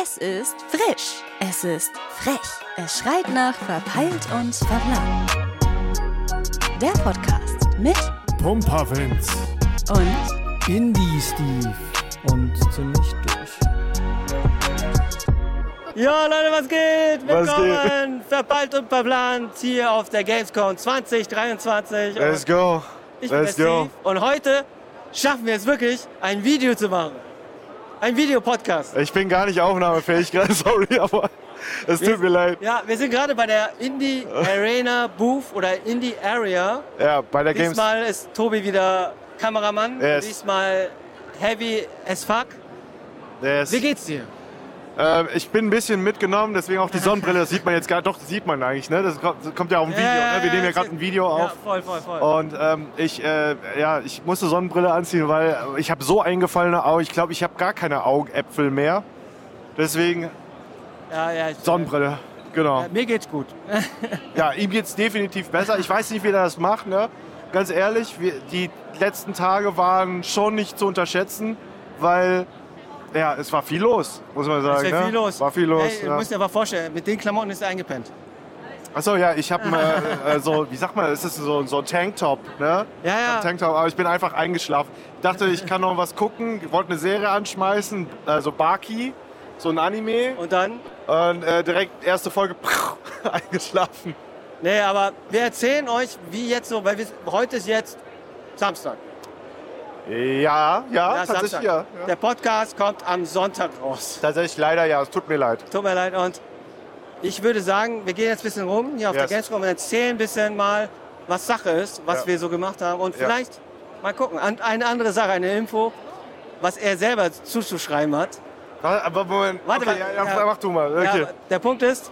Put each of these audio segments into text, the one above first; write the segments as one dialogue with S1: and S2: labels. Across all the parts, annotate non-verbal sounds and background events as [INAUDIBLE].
S1: Es ist frisch. Es ist frech. Es schreit nach verpeilt und verplant. Der Podcast mit
S2: Pumperwins.
S1: und
S3: Indie Steve und ziemlich durch.
S4: Ja, Leute, was geht?
S2: Was
S4: Willkommen! Verballt und verplant hier auf der Gamescom 2023.
S2: Let's go.
S4: ich bin
S2: Let's
S4: der
S2: go.
S4: Steve. Und heute schaffen wir es wirklich, ein Video zu machen. Ein Videopodcast.
S2: Ich bin gar nicht aufnahmefähig gerade, [LAUGHS] sorry, aber es tut mir leid.
S4: Ja, wir sind gerade bei der Indie
S2: Äh.
S4: Arena Booth oder Indie Area.
S2: Ja, bei der Games.
S4: Diesmal ist Tobi wieder Kameramann.
S2: Yes.
S4: Diesmal heavy as fuck.
S2: Yes.
S4: Wie geht's dir?
S2: Ähm, ich bin ein bisschen mitgenommen, deswegen auch die Sonnenbrille, das sieht man jetzt gar Doch, das sieht man eigentlich, ne? Das kommt, das kommt ja auch im Video, ne? Wir nehmen ja gerade ein Video
S4: Äh, Ja,
S2: auf.
S4: voll, voll, voll.
S2: Und ähm, ich, äh, ja, ich musste Sonnenbrille anziehen, weil ich habe so eingefallene Augen. Ich glaube, ich habe gar keine Augäpfel mehr. Deswegen
S4: Ja, ja, ich,
S2: Sonnenbrille. Genau.
S4: Ja, mir geht's gut.
S2: Ja, ihm geht's definitiv besser. Ich weiß nicht, wie er das macht. Ne? Ganz ehrlich, wir, die letzten Tage waren schon nicht zu unterschätzen, weil ja, es war viel los, muss man
S4: Es
S2: sagen.
S4: war
S2: ne?
S4: viel los.
S2: War viel los.
S4: Ey, Du
S2: ja.
S4: musst dir aber vorstellen, mit den Klamotten ist er eingepennt.
S2: Achso, ja, ich habe äh, äh, so, wie sagt man, es ist so, so ein Tanktop, ne?
S4: Ja, ja.
S2: Ein Tanktop, aber ich bin einfach eingeschlafen. Ich dachte, ich kann noch was gucken, wollte eine Serie anschmeißen, also Baki, so ein Anime.
S4: Und dann?
S2: Und äh, direkt erste Folge, [LAUGHS] eingeschlafen.
S4: Nee, aber wir erzählen euch, wie jetzt so, weil wir, heute ist jetzt Samstag.
S2: Ja, ja,
S4: Ja,
S2: Ah, tatsächlich,
S4: Samstag.
S2: ja. ja.
S4: Der Podcast kommt am Sonntag raus.
S2: Tatsächlich leider ja, es tut mir leid.
S4: Tut mir leid. Und ich würde sagen, wir gehen jetzt ein bisschen rum hier auf
S2: Yes.
S4: der Gamescom und erzählen ein bisschen mal, was Sache ist, was
S2: Ja.
S4: wir so gemacht haben. Und
S2: Ja.
S4: vielleicht mal gucken. An, eine andere Sache, eine Info, was er selber zuzuschreiben hat.
S2: Wa- Aber Moment,
S4: Warte
S2: okay,
S4: mal,
S2: Ja, ja,
S4: ja.
S2: mach du mal. Okay.
S4: Ja, der Punkt ist,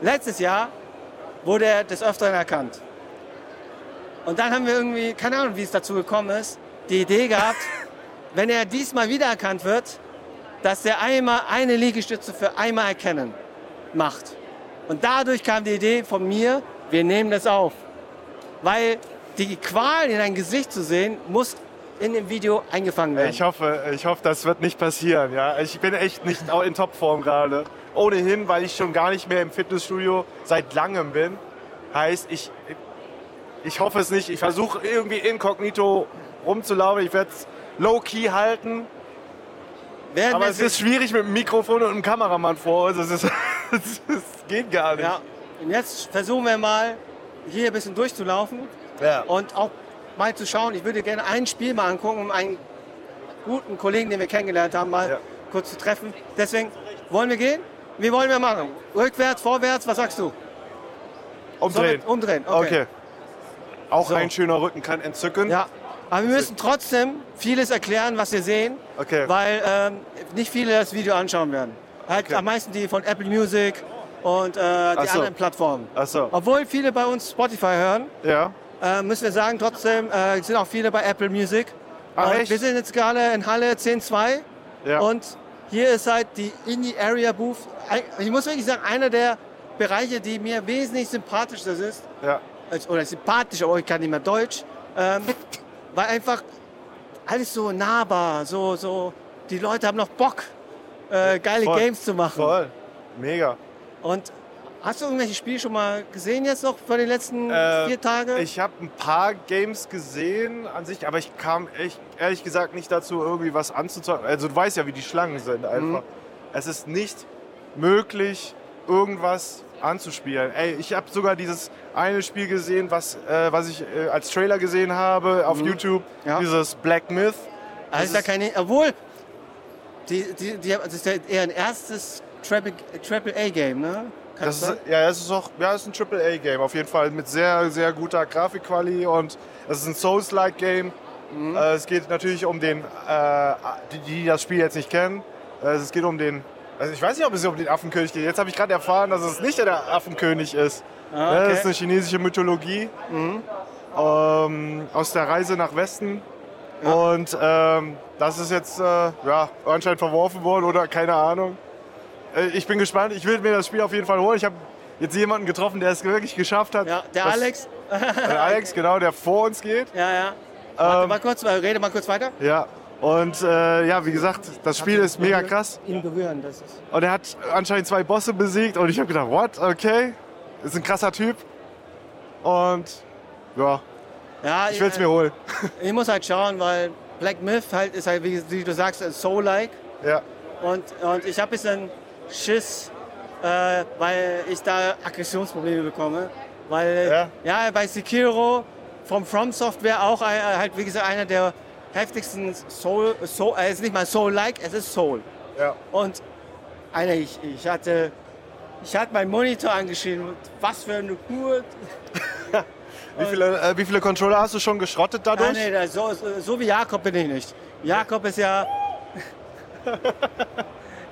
S4: letztes Jahr wurde er des Öfteren erkannt. Und dann haben wir irgendwie, keine Ahnung, wie es dazu gekommen ist, die Idee
S2: [LAUGHS]
S4: gehabt, wenn er diesmal wiedererkannt wird, dass er einmal eine Liegestütze für einmal erkennen macht. Und dadurch kam die Idee von mir, wir nehmen das auf. Weil die Qual in ein Gesicht zu sehen, muss in dem Video eingefangen werden.
S2: Ich hoffe, ich hoffe, das wird nicht passieren. Ja, ich bin echt nicht au- in Topform gerade. Ohnehin, weil ich schon gar nicht mehr im Fitnessstudio seit langem bin. Heißt, ich, ich hoffe es nicht. Ich versuche irgendwie inkognito rumzulaufen. Ich werde es low key halten.
S4: Während
S2: Aber
S4: wir
S2: es
S4: sie-
S2: ist schwierig mit einem Mikrofon und einem Kameramann vor uns. Es, ist, [LAUGHS] es ist- geht gar nicht.
S4: Ja, und jetzt versuchen wir mal hier ein bisschen durchzulaufen
S2: Ja.
S4: und auch mal zu schauen. Ich würde gerne ein Spiel mal angucken, um einen guten Kollegen, den wir kennengelernt haben, mal
S2: Ja.
S4: kurz zu treffen. Deswegen wollen wir gehen? Wie wollen wir machen? Rückwärts, vorwärts, was sagst du?
S2: Umdrehen.
S4: Sollen wir- Umdrehen, okay.
S2: Okay. Auch
S4: So.
S2: ein schöner Rücken kann entzücken.
S4: Ja. Aber wir müssen trotzdem vieles erklären, was wir sehen,
S2: Okay.
S4: weil ähm, nicht viele das Video anschauen werden. Halt
S2: Okay.
S4: am meisten die von Apple Music und äh, die
S2: so.
S4: anderen Plattformen.
S2: Ach so.
S4: Obwohl viele bei uns Spotify hören,
S2: Ja.
S4: äh, müssen wir sagen, trotzdem äh, sind auch viele bei Apple Music.
S2: Ach,
S4: und
S2: Ah, echt?
S4: Wir sind jetzt gerade in Halle 10.2
S2: ja.
S4: und hier ist halt die Indie Area Booth. Ein- Ich muss wirklich sagen, einer der Bereiche, die mir wesentlich sympathischer ist,
S2: ja.
S4: als- oder sympathisch, aber ich kann nicht mehr Deutsch,
S2: [LAUGHS]
S4: ähm, weil einfach alles so nahbar, so, so, die Leute haben noch Bock, äh, geile
S2: Voll.
S4: Games zu machen.
S2: Voll. Mega.
S4: Und hast du irgendwelche Spiele schon mal gesehen jetzt noch von den letzten
S2: Äh,
S4: vier Tagen?
S2: Ich habe ein paar Games gesehen an sich, aber ich kam echt, ehrlich gesagt nicht dazu, irgendwie was anzuzeigen. Also du weißt ja, wie die Schlangen
S4: Mhm.
S2: sind einfach. Es ist nicht möglich, irgendwas anzuspielen. Ey, ich habe sogar dieses eine Spiel gesehen, was, äh, was ich äh, als Trailer gesehen habe auf YouTube.
S4: Mhm. Ja.
S2: Dieses Black Myth.
S4: Also ist da
S2: ist-
S4: keine, obwohl, die, die, die, das ist ja eher ein erstes Triple-A-Game, ne? Kann
S2: Das ist,
S4: sein?
S2: ja, es ist auch, ja, es ist ein Triple-A-Game auf jeden Fall mit sehr, sehr guter Grafikquali und es ist ein Souls-like-Game.
S4: Mhm.
S2: Äh, es geht natürlich um den, äh, die, die das Spiel jetzt nicht kennen. Äh, es geht um den, also ich weiß nicht, ob es um den Affenkönig geht. Jetzt habe ich gerade erfahren, dass es nicht der Affenkönig ist.
S4: Ah,
S2: Ja,
S4: okay. Mhm.
S2: Das ist eine chinesische Mythologie ähm, aus der Reise nach Westen. Und ähm, das ist jetzt äh, ja, anscheinend verworfen worden oder keine Ahnung. Äh, ich bin gespannt. Ich will mir das Spiel auf jeden Fall holen. Ich habe jetzt jemanden getroffen, der es wirklich geschafft hat.
S4: Ja, der
S2: Das-
S4: Alex,
S2: Der Alex, genau, der vor uns geht. Ähm,
S4: ja, ja. Warte mal kurz, äh, rede mal kurz weiter.
S2: Ja, Und äh, ja, wie gesagt, das Spiel ist mega krass.
S4: Ihn berühren, das ist.
S2: Und er hat anscheinend zwei Bosse besiegt und ich habe gedacht, what? Okay, ist ein krasser Typ. Und ja,
S4: Ja, äh,
S2: ich will es mir holen.
S4: Ich muss halt schauen, weil Black Myth halt ist halt, wie, wie du sagst, Soul-like.
S2: Ja,
S4: Und, und ich habe ein bisschen Schiss, äh, weil ich da Aggressionsprobleme bekomme. Weil ja, bei Sekiro vom From Software auch ein, äh, halt wie gesagt einer der heftigsten Soul, Soul äh, es ist nicht mal Soul-like, es ist Soul.
S2: ja.
S4: Und Alter, ich, ich hatte ich hatte meinen Monitor angeschrieben und was für eine Uhr.
S2: Wie viele, äh, wie viele Controller hast du schon geschrottet dadurch?
S4: Ah, nee, da- so, so- so wie Jakob bin ich nicht. Jakob ist ja.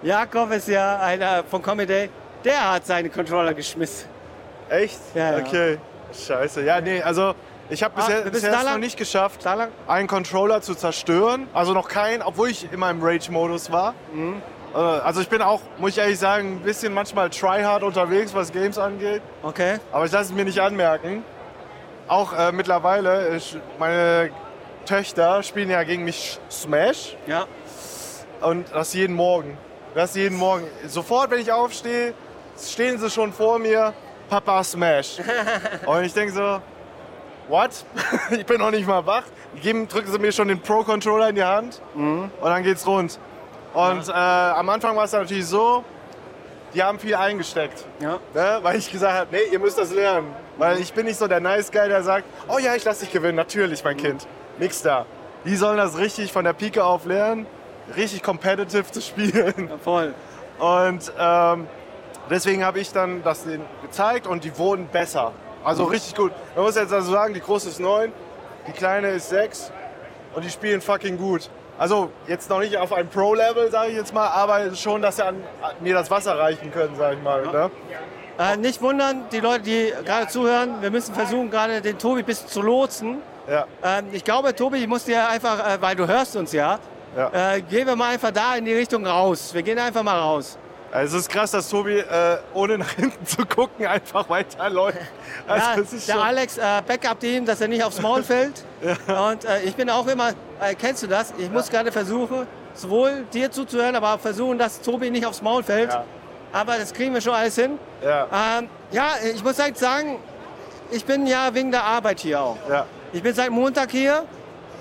S4: Jakob ist ja einer von Comedy. Der hat seine Controller geschmissen.
S2: Echt?
S4: Ja, ja.
S2: Okay. Scheiße. Ja, nee, also ich habe bisher,
S4: wir müssen
S2: bisher
S4: da
S2: es noch
S4: lang.
S2: nicht geschafft,
S4: Da lang?
S2: einen Controller zu zerstören. Also noch keinen, obwohl ich in meinem Rage-Modus war.
S4: Mhm.
S2: Äh, Also ich bin auch, muss ich ehrlich sagen, ein bisschen manchmal tryhard unterwegs, was Games angeht.
S4: Okay.
S2: Aber ich lasse es mir nicht anmerken. Auch äh, mittlerweile, ich, meine Töchter spielen ja gegen mich Smash.
S4: Ja.
S2: Und das jeden Morgen. Das jeden Morgen. Sofort, wenn ich aufstehe, stehen sie schon vor mir, Papa Smash. Und ich denke so, what? [LAUGHS] ich bin noch nicht mal wach. Geben, drücken sie mir schon den Pro-Controller in die Hand und dann geht's rund. Und äh, am Anfang war es natürlich so, die haben viel eingesteckt.
S4: Ja.
S2: Ne? Weil ich gesagt habe, nee, ihr müsst das lernen. Weil ich bin nicht so der Nice Guy, der sagt, oh ja, ich lasse dich gewinnen, natürlich, mein Kind. Nix da. Die sollen das richtig von der Pike auf lernen, richtig competitive zu spielen. [LAUGHS]
S4: Voll.
S2: Und ähm, deswegen habe ich dann das denen gezeigt und die wurden besser. Also richtig gut. Man muss jetzt also sagen, die große ist 9, die kleine ist 6 und die spielen fucking gut. Also jetzt noch nicht auf einem Pro-Level, sage ich jetzt mal, aber schon, dass sie an, an mir das Wasser reichen können, sage ich mal. Ne?
S4: Äh, nicht wundern, die Leute, die gerade zuhören, wir müssen versuchen, gerade den Tobi ein bisschen zu lotsen.
S2: Ja.
S4: Ähm, ich glaube, Tobi, ich muss dir einfach, äh, weil du hörst uns ja,
S2: Ja.
S4: Äh, gehen wir mal einfach da in die Richtung raus. Wir gehen einfach mal raus.
S2: Also es ist krass, dass Tobi, äh, ohne nach hinten zu gucken,
S4: [LAUGHS]
S2: einfach weiterläuft. Also
S4: Ja,
S2: es ist
S4: der
S2: schon-
S4: Alex äh, backupt ihn, dass er nicht aufs Maul
S2: [LAUGHS]
S4: fällt. Und äh, ich bin auch immer, äh, kennst du das? Ich muss gerade versuchen, sowohl dir zuzuhören, aber auch versuchen, dass Tobi nicht aufs Maul fällt.
S2: Ja.
S4: Aber das kriegen wir schon alles hin.
S2: ja,
S4: Ähm, ja, ich muss halt sagen, ich bin ja wegen der Arbeit hier auch.
S2: ja,
S4: Ich bin seit Montag hier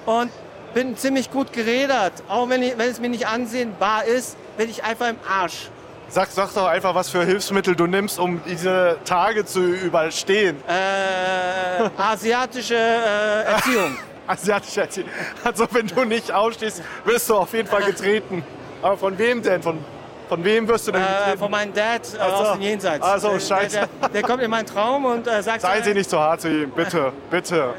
S4: und bin ziemlich gut geredert. Auch wenn, ich, wenn es mir nicht ansehnbar ist, bin ich einfach im Arsch.
S2: Sag, sag doch einfach, was für Hilfsmittel du nimmst, um diese Tage zu überstehen. [LAUGHS]
S4: Äh, asiatische äh, Erziehung.
S2: Asiatische Erziehung. Also wenn du nicht aufstehst, wirst du auf jeden Fall getreten. Aber von wem denn? Von, von wem wirst du denn
S4: Äh,
S2: getreten?
S4: von meinem Dad äh,
S2: Ach so.
S4: aus dem Jenseits.
S2: Ach so,
S4: Der-
S2: Also, scheiße.
S4: Der, der, der kommt in meinen Traum und äh, sagt,
S2: Seien
S4: äh,
S2: Sie nicht so hart zu ihm, bitte, bitte.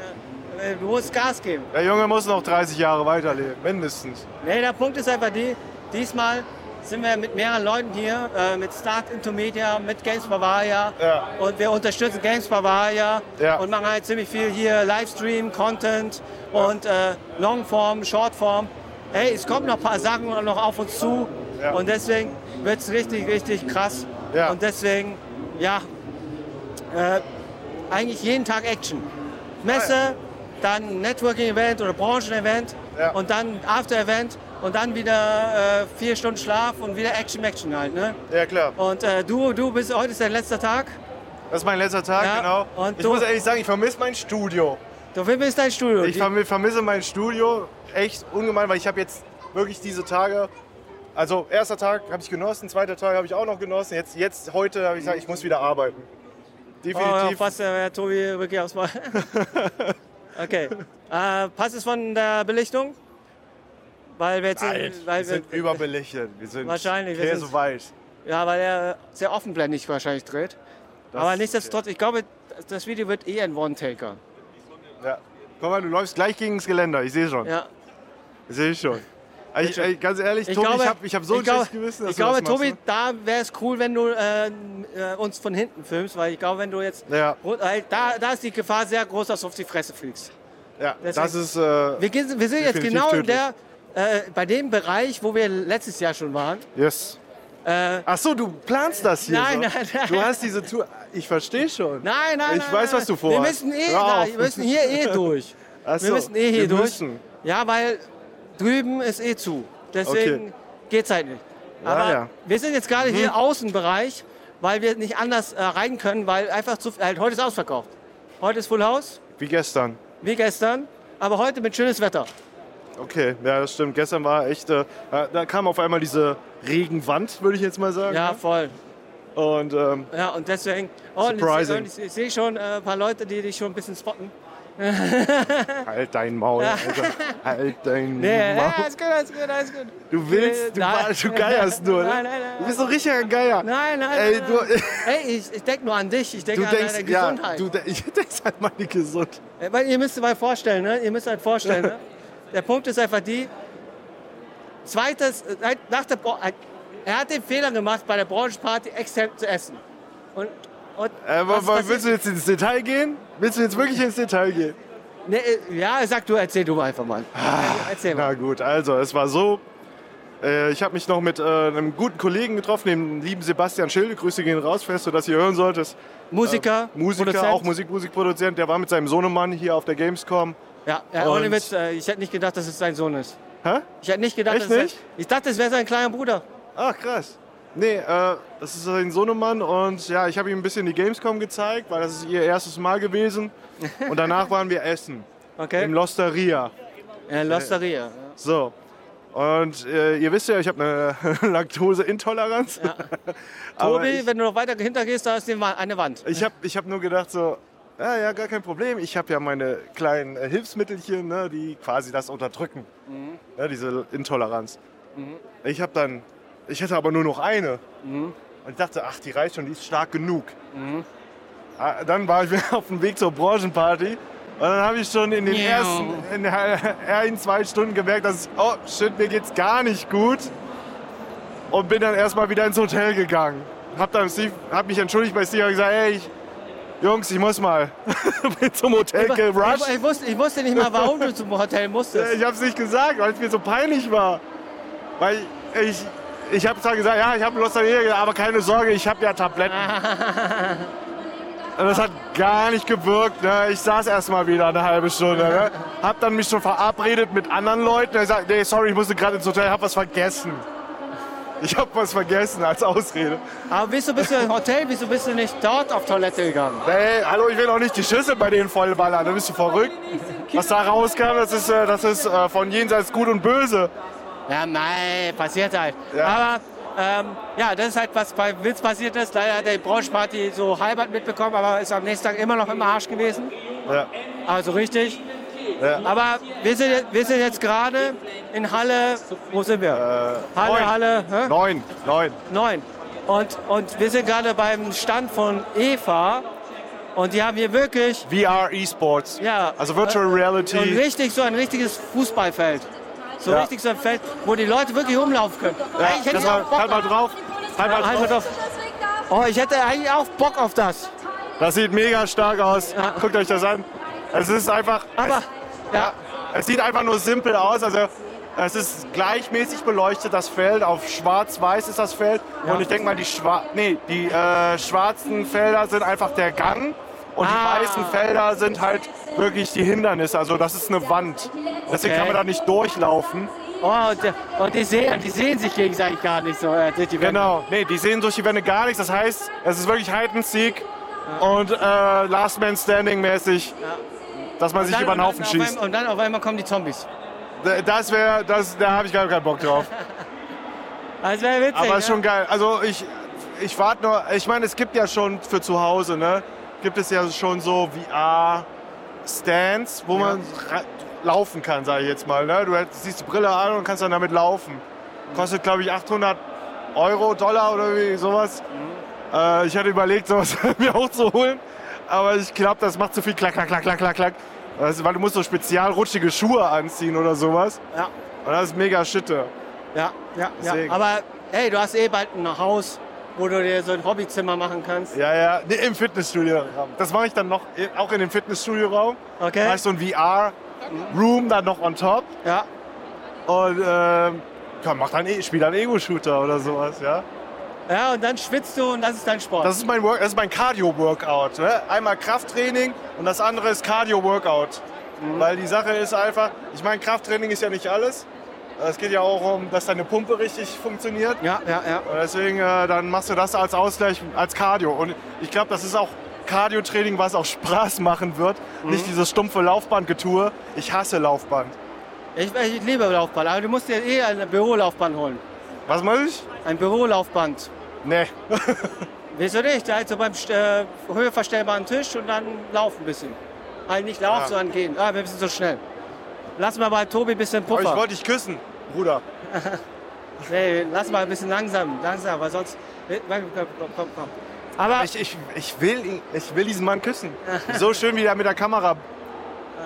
S4: äh, du musst Gas geben.
S2: Der Junge muss noch 30 Jahre weiterleben, mindestens.
S4: Nee, der Punkt ist einfach die, diesmal sind wir mit mehreren Leuten hier, äh, mit Start Into Media, mit Games Bavaria
S2: Ja.
S4: und wir unterstützen Games Bavaria
S2: Ja.
S4: und machen halt ziemlich viel hier, Livestream, Content und äh, Longform, Shortform. Hey, es kommen noch ein paar Sachen noch auf uns zu
S2: Ja.
S4: und deswegen wird es richtig, richtig krass
S2: Ja.
S4: und deswegen, ja, äh, eigentlich jeden Tag Action. Messe, dann Networking-Event oder Branchen-Event
S2: Ah, Ja.
S4: und dann After-Event und dann wieder äh, vier Stunden Schlaf und wieder Action-Action halt. Ne?
S2: Ja, klar.
S4: Und äh, du, du bist, heute ist dein letzter Tag.
S2: Das ist mein letzter Tag,
S4: Ja,
S2: genau.
S4: und
S2: Ich
S4: du-
S2: muss ehrlich sagen, ich vermisse mein Studio.
S4: Du bist dein Studio.
S2: Ich vermi- vermisse mein Studio echt ungemein, weil ich habe jetzt wirklich diese Tage, also erster Tag habe ich genossen, zweiter Tag habe ich auch noch genossen, jetzt, jetzt heute habe ich gesagt, ich muss wieder arbeiten.
S4: oh, ja,
S2: Definitiv.
S4: fast, äh, Herr Tobi, wirklich aufs
S2: [LAUGHS]
S4: Mal. okay. Äh, passt es von der Belichtung? Weil wir jetzt
S2: Nein,
S4: weil
S2: wir sind überbelichtet. Wir sind
S4: Wahrscheinlich, wir sind-
S2: käseweit.
S4: Ja, weil er sehr offenblendig wahrscheinlich dreht.
S2: Das-
S4: Aber nichtsdestotrotz, ich glaube, das Video wird eh ein One-Taker.
S2: Ja. Guck mal, du läufst gleich gegen das Geländer, ich sehe schon.
S4: Ja,
S2: Ich sehe schon. Ich, ich, ganz ehrlich, Tobi, ich habe ich hab so ein
S4: ich glaube-
S2: schlechtes Gewissen, dass
S4: Ich glaube,
S2: du das
S4: Tobi,
S2: machst, ne?
S4: da wäre es cool, wenn du äh, äh, uns von hinten filmst, weil ich glaube, wenn du jetzt.
S2: ne? Ja,
S4: Weil Da, da ist die Gefahr sehr groß, dass du auf die Fresse fliegst.
S2: ja.
S4: deswegen-
S2: das ist... Äh,
S4: Wir, gehen, wir sind jetzt
S2: Definitiv
S4: genau in der, äh, bei dem Bereich, wo wir letztes Jahr schon waren.
S2: yes.
S4: Äh,
S2: Ach so, du planst das hier
S4: Nein,
S2: so.
S4: nein, nein.
S2: Du hast diese Tour... Ich verstehe schon.
S4: nein, nein,
S2: Ich
S4: nein,
S2: weiß,
S4: nein.
S2: was du
S4: Wir
S2: vorhast.
S4: müssen eh,
S2: Hör
S4: da,
S2: auf. [LAUGHS]
S4: wir müssen hier eh durch.
S2: Ach
S4: wir
S2: so,
S4: müssen eh hier
S2: wir
S4: durch.
S2: müssen.
S4: Ja, weil drüben ist eh zu. Deswegen
S2: Okay.
S4: geht's halt nicht.
S2: Ja,
S4: Aber
S2: ja. Mhm.
S4: wir sind jetzt gerade hier im Außenbereich, weil wir nicht anders äh, rein können, weil einfach zu halt, heute ist ausverkauft. Heute ist Full House,
S2: Wie gestern.
S4: wie gestern, aber heute mit schönes Wetter.
S2: Okay, ja, das stimmt. Gestern war echt, äh, äh, da kam auf einmal diese Regenwand, würde ich jetzt mal sagen.
S4: Ja, voll.
S2: Und ähm,
S4: Ja, und deswegen. Oh, und ich,
S2: Surprising.
S4: und ich, ich sehe schon äh, ein paar Leute, die dich schon ein bisschen spotten.
S2: halt dein Maul, Alter. halt
S4: [LAUGHS]
S2: dein
S4: Nee, ja,
S2: Maul.
S4: alles gut, alles gut, alles gut.
S2: Du willst, du,
S4: Nein.
S2: war, du geierst nur,
S4: [LAUGHS]
S2: ne?
S4: Nein, nein, nein.
S2: Du bist so ein richtiger Geier.
S4: Nein, nein.
S2: Ey,
S4: nein,
S2: [LAUGHS] du-
S4: nein. Ey, ich, ich denke nur an dich, ich denke
S2: Du
S4: an
S2: denkst,
S4: deine
S2: ja,
S4: Gesundheit.
S2: du de ich [LAUGHS] denkst halt mal die Gesundheit.
S4: Äh, Weil ihr müsst euch mal vorstellen, ne? Ihr müsst euch vorstellen,
S2: [LAUGHS]
S4: ne? Der Punkt ist einfach die, zweites, äh, seit- nach der Bra- äh, er hat den Fehler gemacht, bei der Branchenparty extern zu essen. Und, und
S2: Äh, wa-
S4: was
S2: wa-
S4: passiert-
S2: willst du jetzt ins Detail gehen? Willst du jetzt wirklich ins Detail gehen?
S4: Nee, äh, ja, sag du, erzähl du mal einfach mal.
S2: Ah,
S4: erzähl mal.
S2: Na gut, also es war so, äh, ich habe mich noch mit äh, einem guten Kollegen getroffen, dem lieben Sebastian Schilde. Grüße gehen raus, falls du das hier hören solltest.
S4: Musiker,
S2: äh, Musiker,
S4: Produzent.
S2: auch Musik, Musikproduzent, der war mit seinem Sohnemann hier auf der Gamescom.
S4: Ja, ja ohne
S2: Und-
S4: Witz, äh, ich hätte nicht gedacht, dass es sein Sohn ist.
S2: Hä?
S4: Ich hätte nicht gedacht,
S2: Echt
S4: dass es
S2: nicht?
S4: Sein, ich dachte, es wäre sein kleiner Bruder.
S2: Ach krass. Nee, äh, das ist sein Sohnemann und ja, ich habe ihm ein bisschen die Gamescom gezeigt, weil das ist ihr erstes Mal gewesen. Und danach waren wir essen im
S4: Okay?
S2: Losteria.
S4: Ja, Losteria.
S2: So. Und äh, ihr wisst ja, ich habe eine [LAUGHS] Laktoseintoleranz.
S4: Ja.
S2: [LAUGHS] Aber
S4: Tobi,
S2: ich-
S4: wenn du noch weiter hintergehst, da ist die Wa- eine Wand.
S2: Ich habe ich hab nur gedacht so, ja, ja, gar kein Problem. Ich habe ja meine kleinen äh, Hilfsmittelchen, ne, die quasi das unterdrücken. Ja, diese Intoleranz. Ich habe dann, ich hatte aber nur noch eine. Und ich dachte, ach, die reicht schon, die ist stark genug. Ah, Dann war ich [LAUGHS] wieder auf dem Weg zur Branchenparty. Und dann habe ich schon in den
S4: Miau.
S2: ersten, in der- [LAUGHS] ein, zwei Stunden gemerkt, dass, oh shit, mir geht's gar nicht gut. Und bin dann erstmal wieder ins Hotel gegangen. Hab, dann Steve, hab mich entschuldigt bei Steve und gesagt, ey, ich, Jungs, ich muss mal. [LAUGHS] bin zum Hotel
S4: Ich, ich,
S2: gerusht. Äh,
S4: ich, wusste, ich wusste nicht mal, warum du zum Hotel musstest.
S2: Ich hab's nicht gesagt, weil es mir so peinlich war. Weil ich, ich hab zwar gesagt, ja, ich hab Lust an ihr, aber keine Sorge, ich hab ja Tabletten. Und das hat gar nicht gewirkt. Ne? Ich saß erstmal wieder eine halbe Stunde. Ne? Hab dann mich schon verabredet mit anderen Leuten. Ich sag, nee, sorry, ich musste gerade ins Hotel, hab was vergessen. Ich hab was vergessen als Ausrede.
S4: Aber wieso bist du im Hotel, wieso bist du nicht dort auf Toilette gegangen?
S2: Hey, hallo, ich will auch nicht die Schüssel bei denen vollballern, da bist du verrückt. Was da rauskam, das ist, äh, das ist äh, von jenseits gut und böse.
S4: Ja, nein, passiert halt.
S2: Ja.
S4: Aber ähm, ja, das ist halt, was bei Witz passiert ist. Leider hat die Branchenparty so halb hat mitbekommen, aber ist am nächsten Tag immer noch im Arsch gewesen.
S2: Ja.
S4: Also richtig.
S2: Ja.
S4: Aber wir sind, jetzt- wir sind jetzt gerade in Halle, wo sind wir? Halle,
S2: neun.
S4: Halle, hä?
S2: Neun, neun.
S4: neun. Und, und wir sind gerade beim Stand von Eva und die haben hier wirklich
S2: VR E-Sports.
S4: Ja.
S2: Also Virtual
S4: so ein,
S2: Reality.
S4: richtig, so ein richtiges Fußballfeld. So
S2: Ja.
S4: richtig so ein Feld, wo die Leute wirklich rumlaufen können. Ey,
S2: Ja,
S4: ich hätte
S2: das war,
S4: auch Bock
S2: halt mal drauf. Halt mal
S4: Halt
S2: drauf.
S4: mal drauf. Oh, ich hätte eigentlich auch Bock auf das.
S2: Das sieht mega stark aus.
S4: Ja.
S2: Guckt euch das an. Es ist einfach.
S4: Aber, ja,
S2: Es sieht einfach nur simpel aus. Also es ist gleichmäßig beleuchtet, das Feld. Auf schwarz-weiß ist das Feld.
S4: Ja.
S2: Und ich denke mal, die, schwa nee, die äh, schwarzen Felder sind einfach der Gang. Und
S4: Ah.
S2: die weißen Felder sind halt wirklich die Hindernisse. Also das ist eine Wand. Deswegen
S4: Okay.
S2: kann man da nicht durchlaufen.
S4: oh, und, der- und die, sehen, die sehen sich gegenseitig gar nicht so. Äh, durch die Wände.
S2: Genau. Nee, die sehen durch die Wände gar nichts. Das heißt, es ist wirklich Hide and Seek und äh, Last Man Standing mäßig. Dass man sich
S4: Dann-
S2: über den
S4: und
S2: Haufen
S4: dann auf
S2: schießt.
S4: einmal- Und dann auf einmal kommen die Zombies.
S2: Das wäre, das, da habe ich gar keinen Bock drauf.
S4: Also wäre witzig.
S2: Aber
S4: ne?
S2: ist schon geil. Also ich, ich warte nur. Ich meine, es gibt ja schon für zu Hause, ne? Gibt es ja schon so VR-Stands, wo man ra- laufen kann, sage ich jetzt mal. Ne? Du hätt- siehst die Brille an und kannst dann damit laufen. Kostet, glaube ich, 800 Euro, Dollar oder wie sowas. Äh, ich hatte überlegt, [LAUGHS] sowas mir auch zu holen. Aber ich glaube, das macht zu viel Klack, Klack, Klack, Klack, Klack, Klack. Also, weil du musst so spezial rutschige Schuhe anziehen oder sowas.
S4: Ja,
S2: Und das ist mega Schitte.
S4: ja, ja.
S2: Deswegen.
S4: ja. Aber hey, du hast eh bald ein Haus, wo du dir so ein Hobbyzimmer machen kannst.
S2: Ja, ja, nee, im Fitnessstudio-Raum. Das mache ich dann noch, eh, auch in dem Fitnessstudio-Raum.
S4: Okay.
S2: Da ist so ein VR-Room dann noch on top.
S4: Ja.
S2: Und ähm, ja, mach dann, eh- spiel dann Ego-Shooter oder sowas, ja.
S4: Ja, und dann schwitzt du und das ist dein Sport.
S2: Das ist mein, Work- das ist mein Cardio-Workout. Ne? Einmal Krafttraining und das andere ist Cardio-Workout. Weil die Sache ist einfach, ich meine, Krafttraining ist ja nicht alles. Es geht ja auch um, dass deine Pumpe richtig funktioniert.
S4: Ja, ja, ja.
S2: Und deswegen, äh, dann machst du das als Ausgleich, als Cardio. Und ich glaube, das ist auch Cardio-Training, was auch [LAUGHS] Spaß machen wird.
S4: Mhm.
S2: Nicht dieses stumpfe Laufbandgetue. Ich hasse Laufband.
S4: Ich, ich liebe Laufband, aber du musst dir eh ein Bürolaufband holen.
S2: Was mache ich?
S4: Ein Bürolaufband.
S2: Nee.
S4: Wieso nicht? Also beim St- äh, höheverstellbaren Tisch und dann laufen ein bisschen. Also nicht laufen,
S2: Ja.
S4: sondern gehen. Ah, wir sind so schnell. Lass mal bei Tobi ein bisschen
S2: Aber
S4: Puffer.
S2: ich wollte dich küssen, Bruder.
S4: Nee, lass mal ein bisschen langsam, langsam, weil sonst. Komm, komm, komm. Aber
S2: Ich, ich, ich, will, ihn- ich will diesen Mann küssen. So schön, wie er mit der Kamera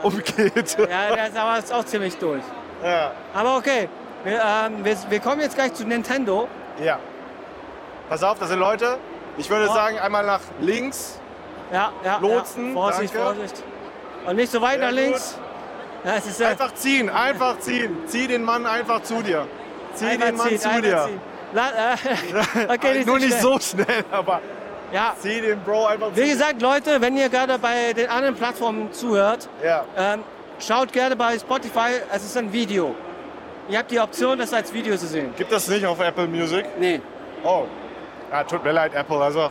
S2: umgeht.
S4: ja, der ist aber jetzt auch ziemlich durch.
S2: Ja.
S4: Aber okay, wir, ähm, wir, wir kommen jetzt gleich zu Nintendo.
S2: ja. Pass auf, das sind Leute. Ich würde
S4: Oh.
S2: sagen, einmal nach links.
S4: Ja, ja.
S2: Lotsen,
S4: ja. Vorsicht,
S2: danke.
S4: Vorsicht. Und nicht so weit
S2: Sehr
S4: nach links. Ja, es ist äh,
S2: Einfach ziehen, einfach ziehen. Zieh den Mann einfach zu dir. Zieh den Mann
S4: ziehen,
S2: zu
S4: einfach
S2: dir.
S4: ziehen.
S2: [LAUGHS]
S4: La, äh, okay, nicht
S2: Ah, Nur
S4: so
S2: nicht
S4: schnell.
S2: so schnell, [LAUGHS] aber
S4: Ja.
S2: zieh den Bro einfach zu
S4: Wie
S2: dir.
S4: gesagt, Leute, wenn ihr gerade bei den anderen Plattformen zuhört,
S2: Ja.
S4: ähm, schaut gerne bei Spotify, es ist ein Video. Ihr habt die Option, das als Video zu sehen.
S2: Gibt das nicht auf Apple Music?
S4: Nee.
S2: Oh. Ja, tut mir leid, Apple. Also,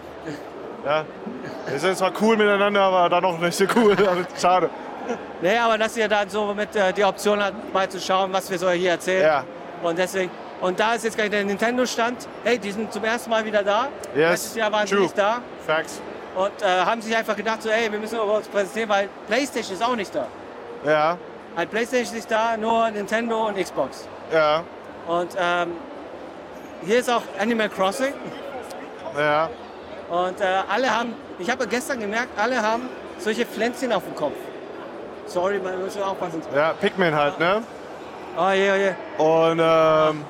S2: ja. Wir sind zwar cool miteinander, aber dann noch nicht so cool. [LAUGHS] Also, Schade.
S4: Nee, aber dass ihr dann so mit äh, die Option habt, mal zu schauen, was wir so hier erzählen.
S2: Ja.
S4: Und deswegen, und da ist jetzt gleich der Nintendo-Stand. Hey, die sind zum ersten Mal wieder da.
S2: Yes,
S4: Letztes Jahr waren sie
S2: true.
S4: nicht da.
S2: Facts.
S4: Und äh, haben sich einfach gedacht, so, ey, wir müssen über uns präsentieren, weil PlayStation ist auch nicht da.
S2: Ja,
S4: Halt, PlayStation ist da, nur Nintendo und Xbox.
S2: ja,
S4: Und ähm, hier ist auch Animal Crossing.
S2: ja.
S4: Und äh, alle haben, ich habe gestern gemerkt, alle haben solche Pflänzchen auf dem Kopf. Sorry, man muss aufpassen.
S2: Ja, Pikmin halt, ne?
S4: Oh je, oh je.
S2: Und ähm,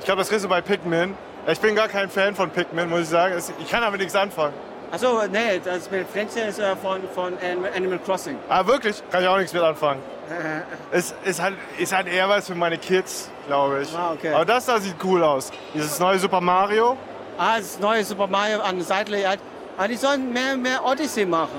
S2: ich glaube, das kriegst du bei Pikmin. Ich bin gar kein Fan von Pikmin, muss ich sagen. Es- Ich kann damit nichts anfangen.
S4: Achso, nee, das mit Pflänzchen ist äh, von, von An- Animal Crossing.
S2: Aber Ah, wirklich, kann ich auch nichts
S4: [LAUGHS]
S2: mit anfangen. Es ist halt, ist halt eher was für meine Kids, glaube ich.
S4: Ah, okay.
S2: Aber das da sieht cool aus. Dieses neue Super Mario.
S4: Ah, das neue Super Mario an der Seite. Halt. Aber die sollen mehr, mehr Odyssey machen.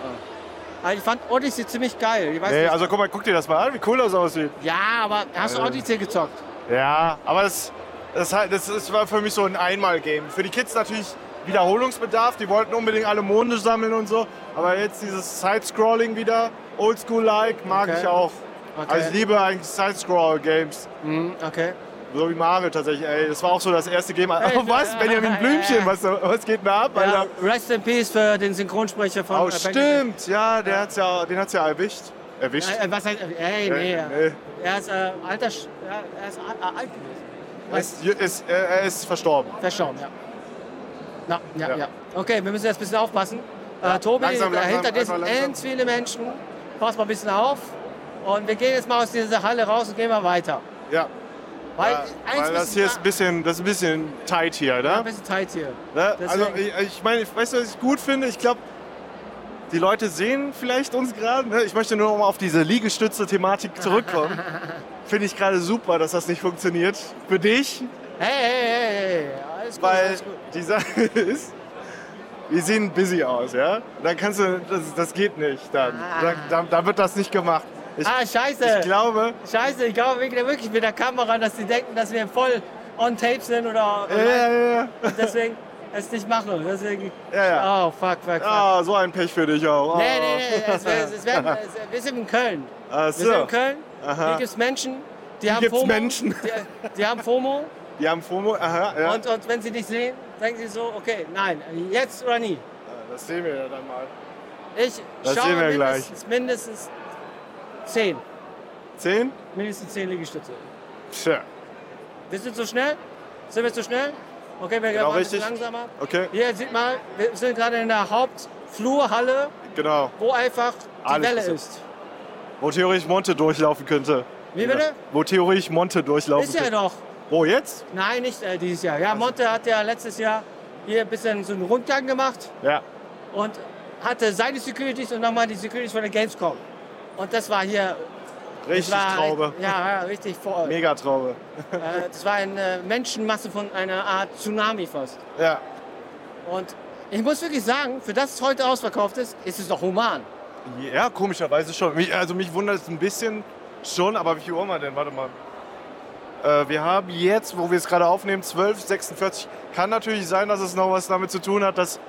S4: Also ich fand Odyssey ziemlich geil. Ich weiß
S2: Nee,
S4: nicht.
S2: also guck mal, guck dir das mal an, wie cool das aussieht.
S4: ja, aber hast du
S2: Äh.
S4: Odyssey gezockt?
S2: Ja, aber das, das, halt- das, das war für mich so ein Einmal-Game. Für die Kids natürlich Wiederholungsbedarf. Die wollten unbedingt alle Monde sammeln und so. Aber jetzt dieses Side-Scrolling wieder, Oldschool-like, mag
S4: Okay.
S2: ich auch.
S4: Okay.
S2: Also ich liebe eigentlich Side-Scroll-Games.
S4: Mhm, okay.
S2: So wie Mario tatsächlich. Ey, das war auch so das erste Game.
S4: Ey,
S2: Oh, [LAUGHS] was?
S4: ja,
S2: Benjamin
S4: ja,
S2: Blümchen,
S4: ja.
S2: was, was geht denn ab?
S4: Ja,
S2: Alter?
S4: Rest in Peace für den Synchronsprecher von
S2: Oh,
S4: äh, Benjamin.
S2: stimmt. Ja, der hat's ja, den hat's ja erwischt. Erwischt?
S4: Äh, äh, was heißt, ey, nee.
S2: Äh,
S4: ja.
S2: nee.
S4: Er ist äh, alter, Sch- ja, er ist al- äh, alt gewesen.
S2: Er ist, ist, er er ist verstorben.
S4: Verschauen, ja. Na, ja, ja,
S2: Ja.
S4: Okay, wir müssen jetzt ein bisschen aufpassen. Äh, Tobi,
S2: Langsam,
S4: äh,
S2: langsam,
S4: hinter dir sind
S2: einfach langsam.
S4: ganz viele Menschen. Pass mal ein bisschen auf. Und wir gehen jetzt mal aus dieser Halle raus und gehen mal weiter.
S2: Ja.
S4: Weil,
S2: Ja, weil das hier ist ein bisschen, das ist ein bisschen tight hier,
S4: ein
S2: ne?
S4: bisschen tight hier.
S2: ne?
S4: deswegen-
S2: Also ich, ich meine, ich weiß, was ich gut finde. Ich glaube, die Leute sehen vielleicht uns gerade. Ne? Ich möchte nur noch mal auf diese Liegestütze-Thematik
S4: [LAUGHS]
S2: zurückkommen. finde ich gerade super, dass das nicht funktioniert für dich,
S4: Hey, hey, hey, hey. Alles gut,
S2: weil
S4: alles gut.
S2: die Sache [LAUGHS] ist, wir sehen busy aus, ja? Dann kannst du, das, das geht nicht. Dann, da, da, da wird das nicht gemacht. Ich,
S4: Ah, scheiße.
S2: ich glaube,
S4: scheiße, ich glaube wegen der- wirklich mit der Kamera, dass die denken, dass wir voll on tape sind oder
S2: ja, ja, ja, ja.
S4: und deswegen es nicht machen. Deswegen,
S2: Ja, ja.
S4: Oh, fuck, fuck, fuck.
S2: Ah, so ein Pech für dich auch.
S4: Nee, nee, nee,
S2: Oh.
S4: es, es, es werden, es, wir sind in Köln.
S2: Ach
S4: Wir sind
S2: so.
S4: in Köln,
S2: Aha.
S4: hier gibt es Menschen, die haben
S2: gibt's
S4: FOMO.
S2: Menschen.
S4: Die, die haben FOMO
S2: Die haben FOMO, aha, ja.
S4: und, und wenn sie dich sehen, denken sie so, okay, nein, jetzt oder nie.
S2: das sehen wir ja dann mal.
S4: Ich
S2: Das
S4: schaue
S2: sehen wir gleich.
S4: mindestens, mindestens zehn,
S2: Zehn?
S4: mindestens zehn Liegestütze.
S2: Tja,
S4: Wir sind so schnell, sind wir zu schnell? Okay, wir
S2: Genau
S4: machen ein bisschen
S2: richtig.
S4: langsamer.
S2: okay,
S4: Hier sieht man, wir sind gerade in der Hauptflurhalle,
S2: genau.
S4: wo einfach die
S2: Alles
S4: Welle
S2: passiert.
S4: ist.
S2: Wo theoretisch Monte durchlaufen könnte.
S4: Wie bitte?
S2: Wo theoretisch Monte durchlaufen
S4: Ist ja
S2: könnte.
S4: doch.
S2: Wo jetzt?
S4: Nein, nicht äh, dieses Jahr. Ja, Monte hat ja letztes Jahr hier ein bisschen so einen Rundgang gemacht
S2: Ja.
S4: und hatte seine Securities und nochmal die Securities von der Gamescom. Und das war hier. das
S2: Richtig
S4: war,
S2: Traube.
S4: Ja, ja, richtig voll. Äh,
S2: Megatraube.
S4: das war eine Menschenmasse von einer Art Tsunami fast.
S2: Ja.
S4: Und ich muss wirklich sagen, für das es heute ausverkauft ist, ist es doch human.
S2: Ja, komischerweise schon. Mich, also mich wundert es ein bisschen schon, aber wie viel Uhr haben wir denn? Warte mal. Äh, wir haben jetzt, wo wir es gerade aufnehmen, 12.46. Kann natürlich sein, dass es noch was damit zu tun hat, dass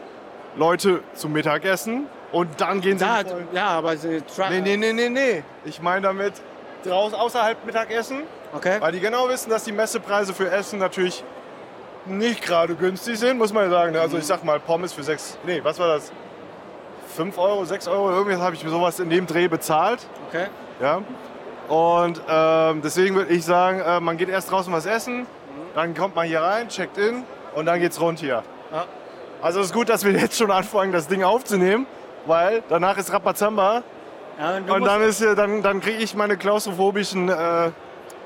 S2: Leute zum Mittag essen und dann gehen sie.
S4: Da,
S2: in die Vollen-
S4: ja, aber sie Truck.
S2: nee, nee, nee, nee, nee. Ich meine damit draußen außerhalb Mittagessen,
S4: Okay.
S2: weil die genau wissen, dass die Messepreise für Essen natürlich nicht gerade günstig sind, muss man ja sagen. Also ich sag mal, Pommes für 6, nee, was war das? 5 Euro, 6 Euro, irgendwie habe ich mir sowas in dem Dreh bezahlt.
S4: okay.
S2: Ja? Und ähm, deswegen würde ich sagen, äh, man geht erst draußen was essen, dann kommt man hier rein, checkt in und dann geht's rund hier.
S4: Ja.
S2: Also es ist gut, dass wir jetzt schon anfangen, das Ding aufzunehmen, weil danach ist Rapazamba
S4: Ja, und du
S2: und
S4: musst,
S2: dann, ist, hier- dann, dann kriege ich meine klaustrophobischen äh,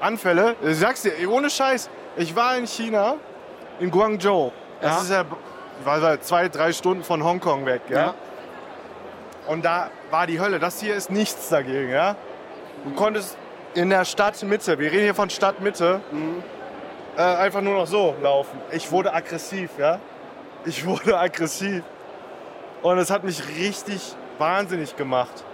S2: Anfälle. Ich sag's dir, ey, ohne Scheiß, ich war in China, in Guangzhou. Das
S4: Ja.
S2: ist ja war seit zwei, drei Stunden von Hongkong weg. Ja?
S4: Ja.
S2: Und da war die Hölle. Das hier ist nichts dagegen. Ja? Du konntest in der Stadtmitte, wir reden hier von Stadtmitte,
S4: Mhm.
S2: äh, einfach nur noch so laufen. Ich wurde aggressiv. Ja? Ich [LAUGHS] wurde aggressiv. Und es hat mich richtig wahnsinnig gemacht.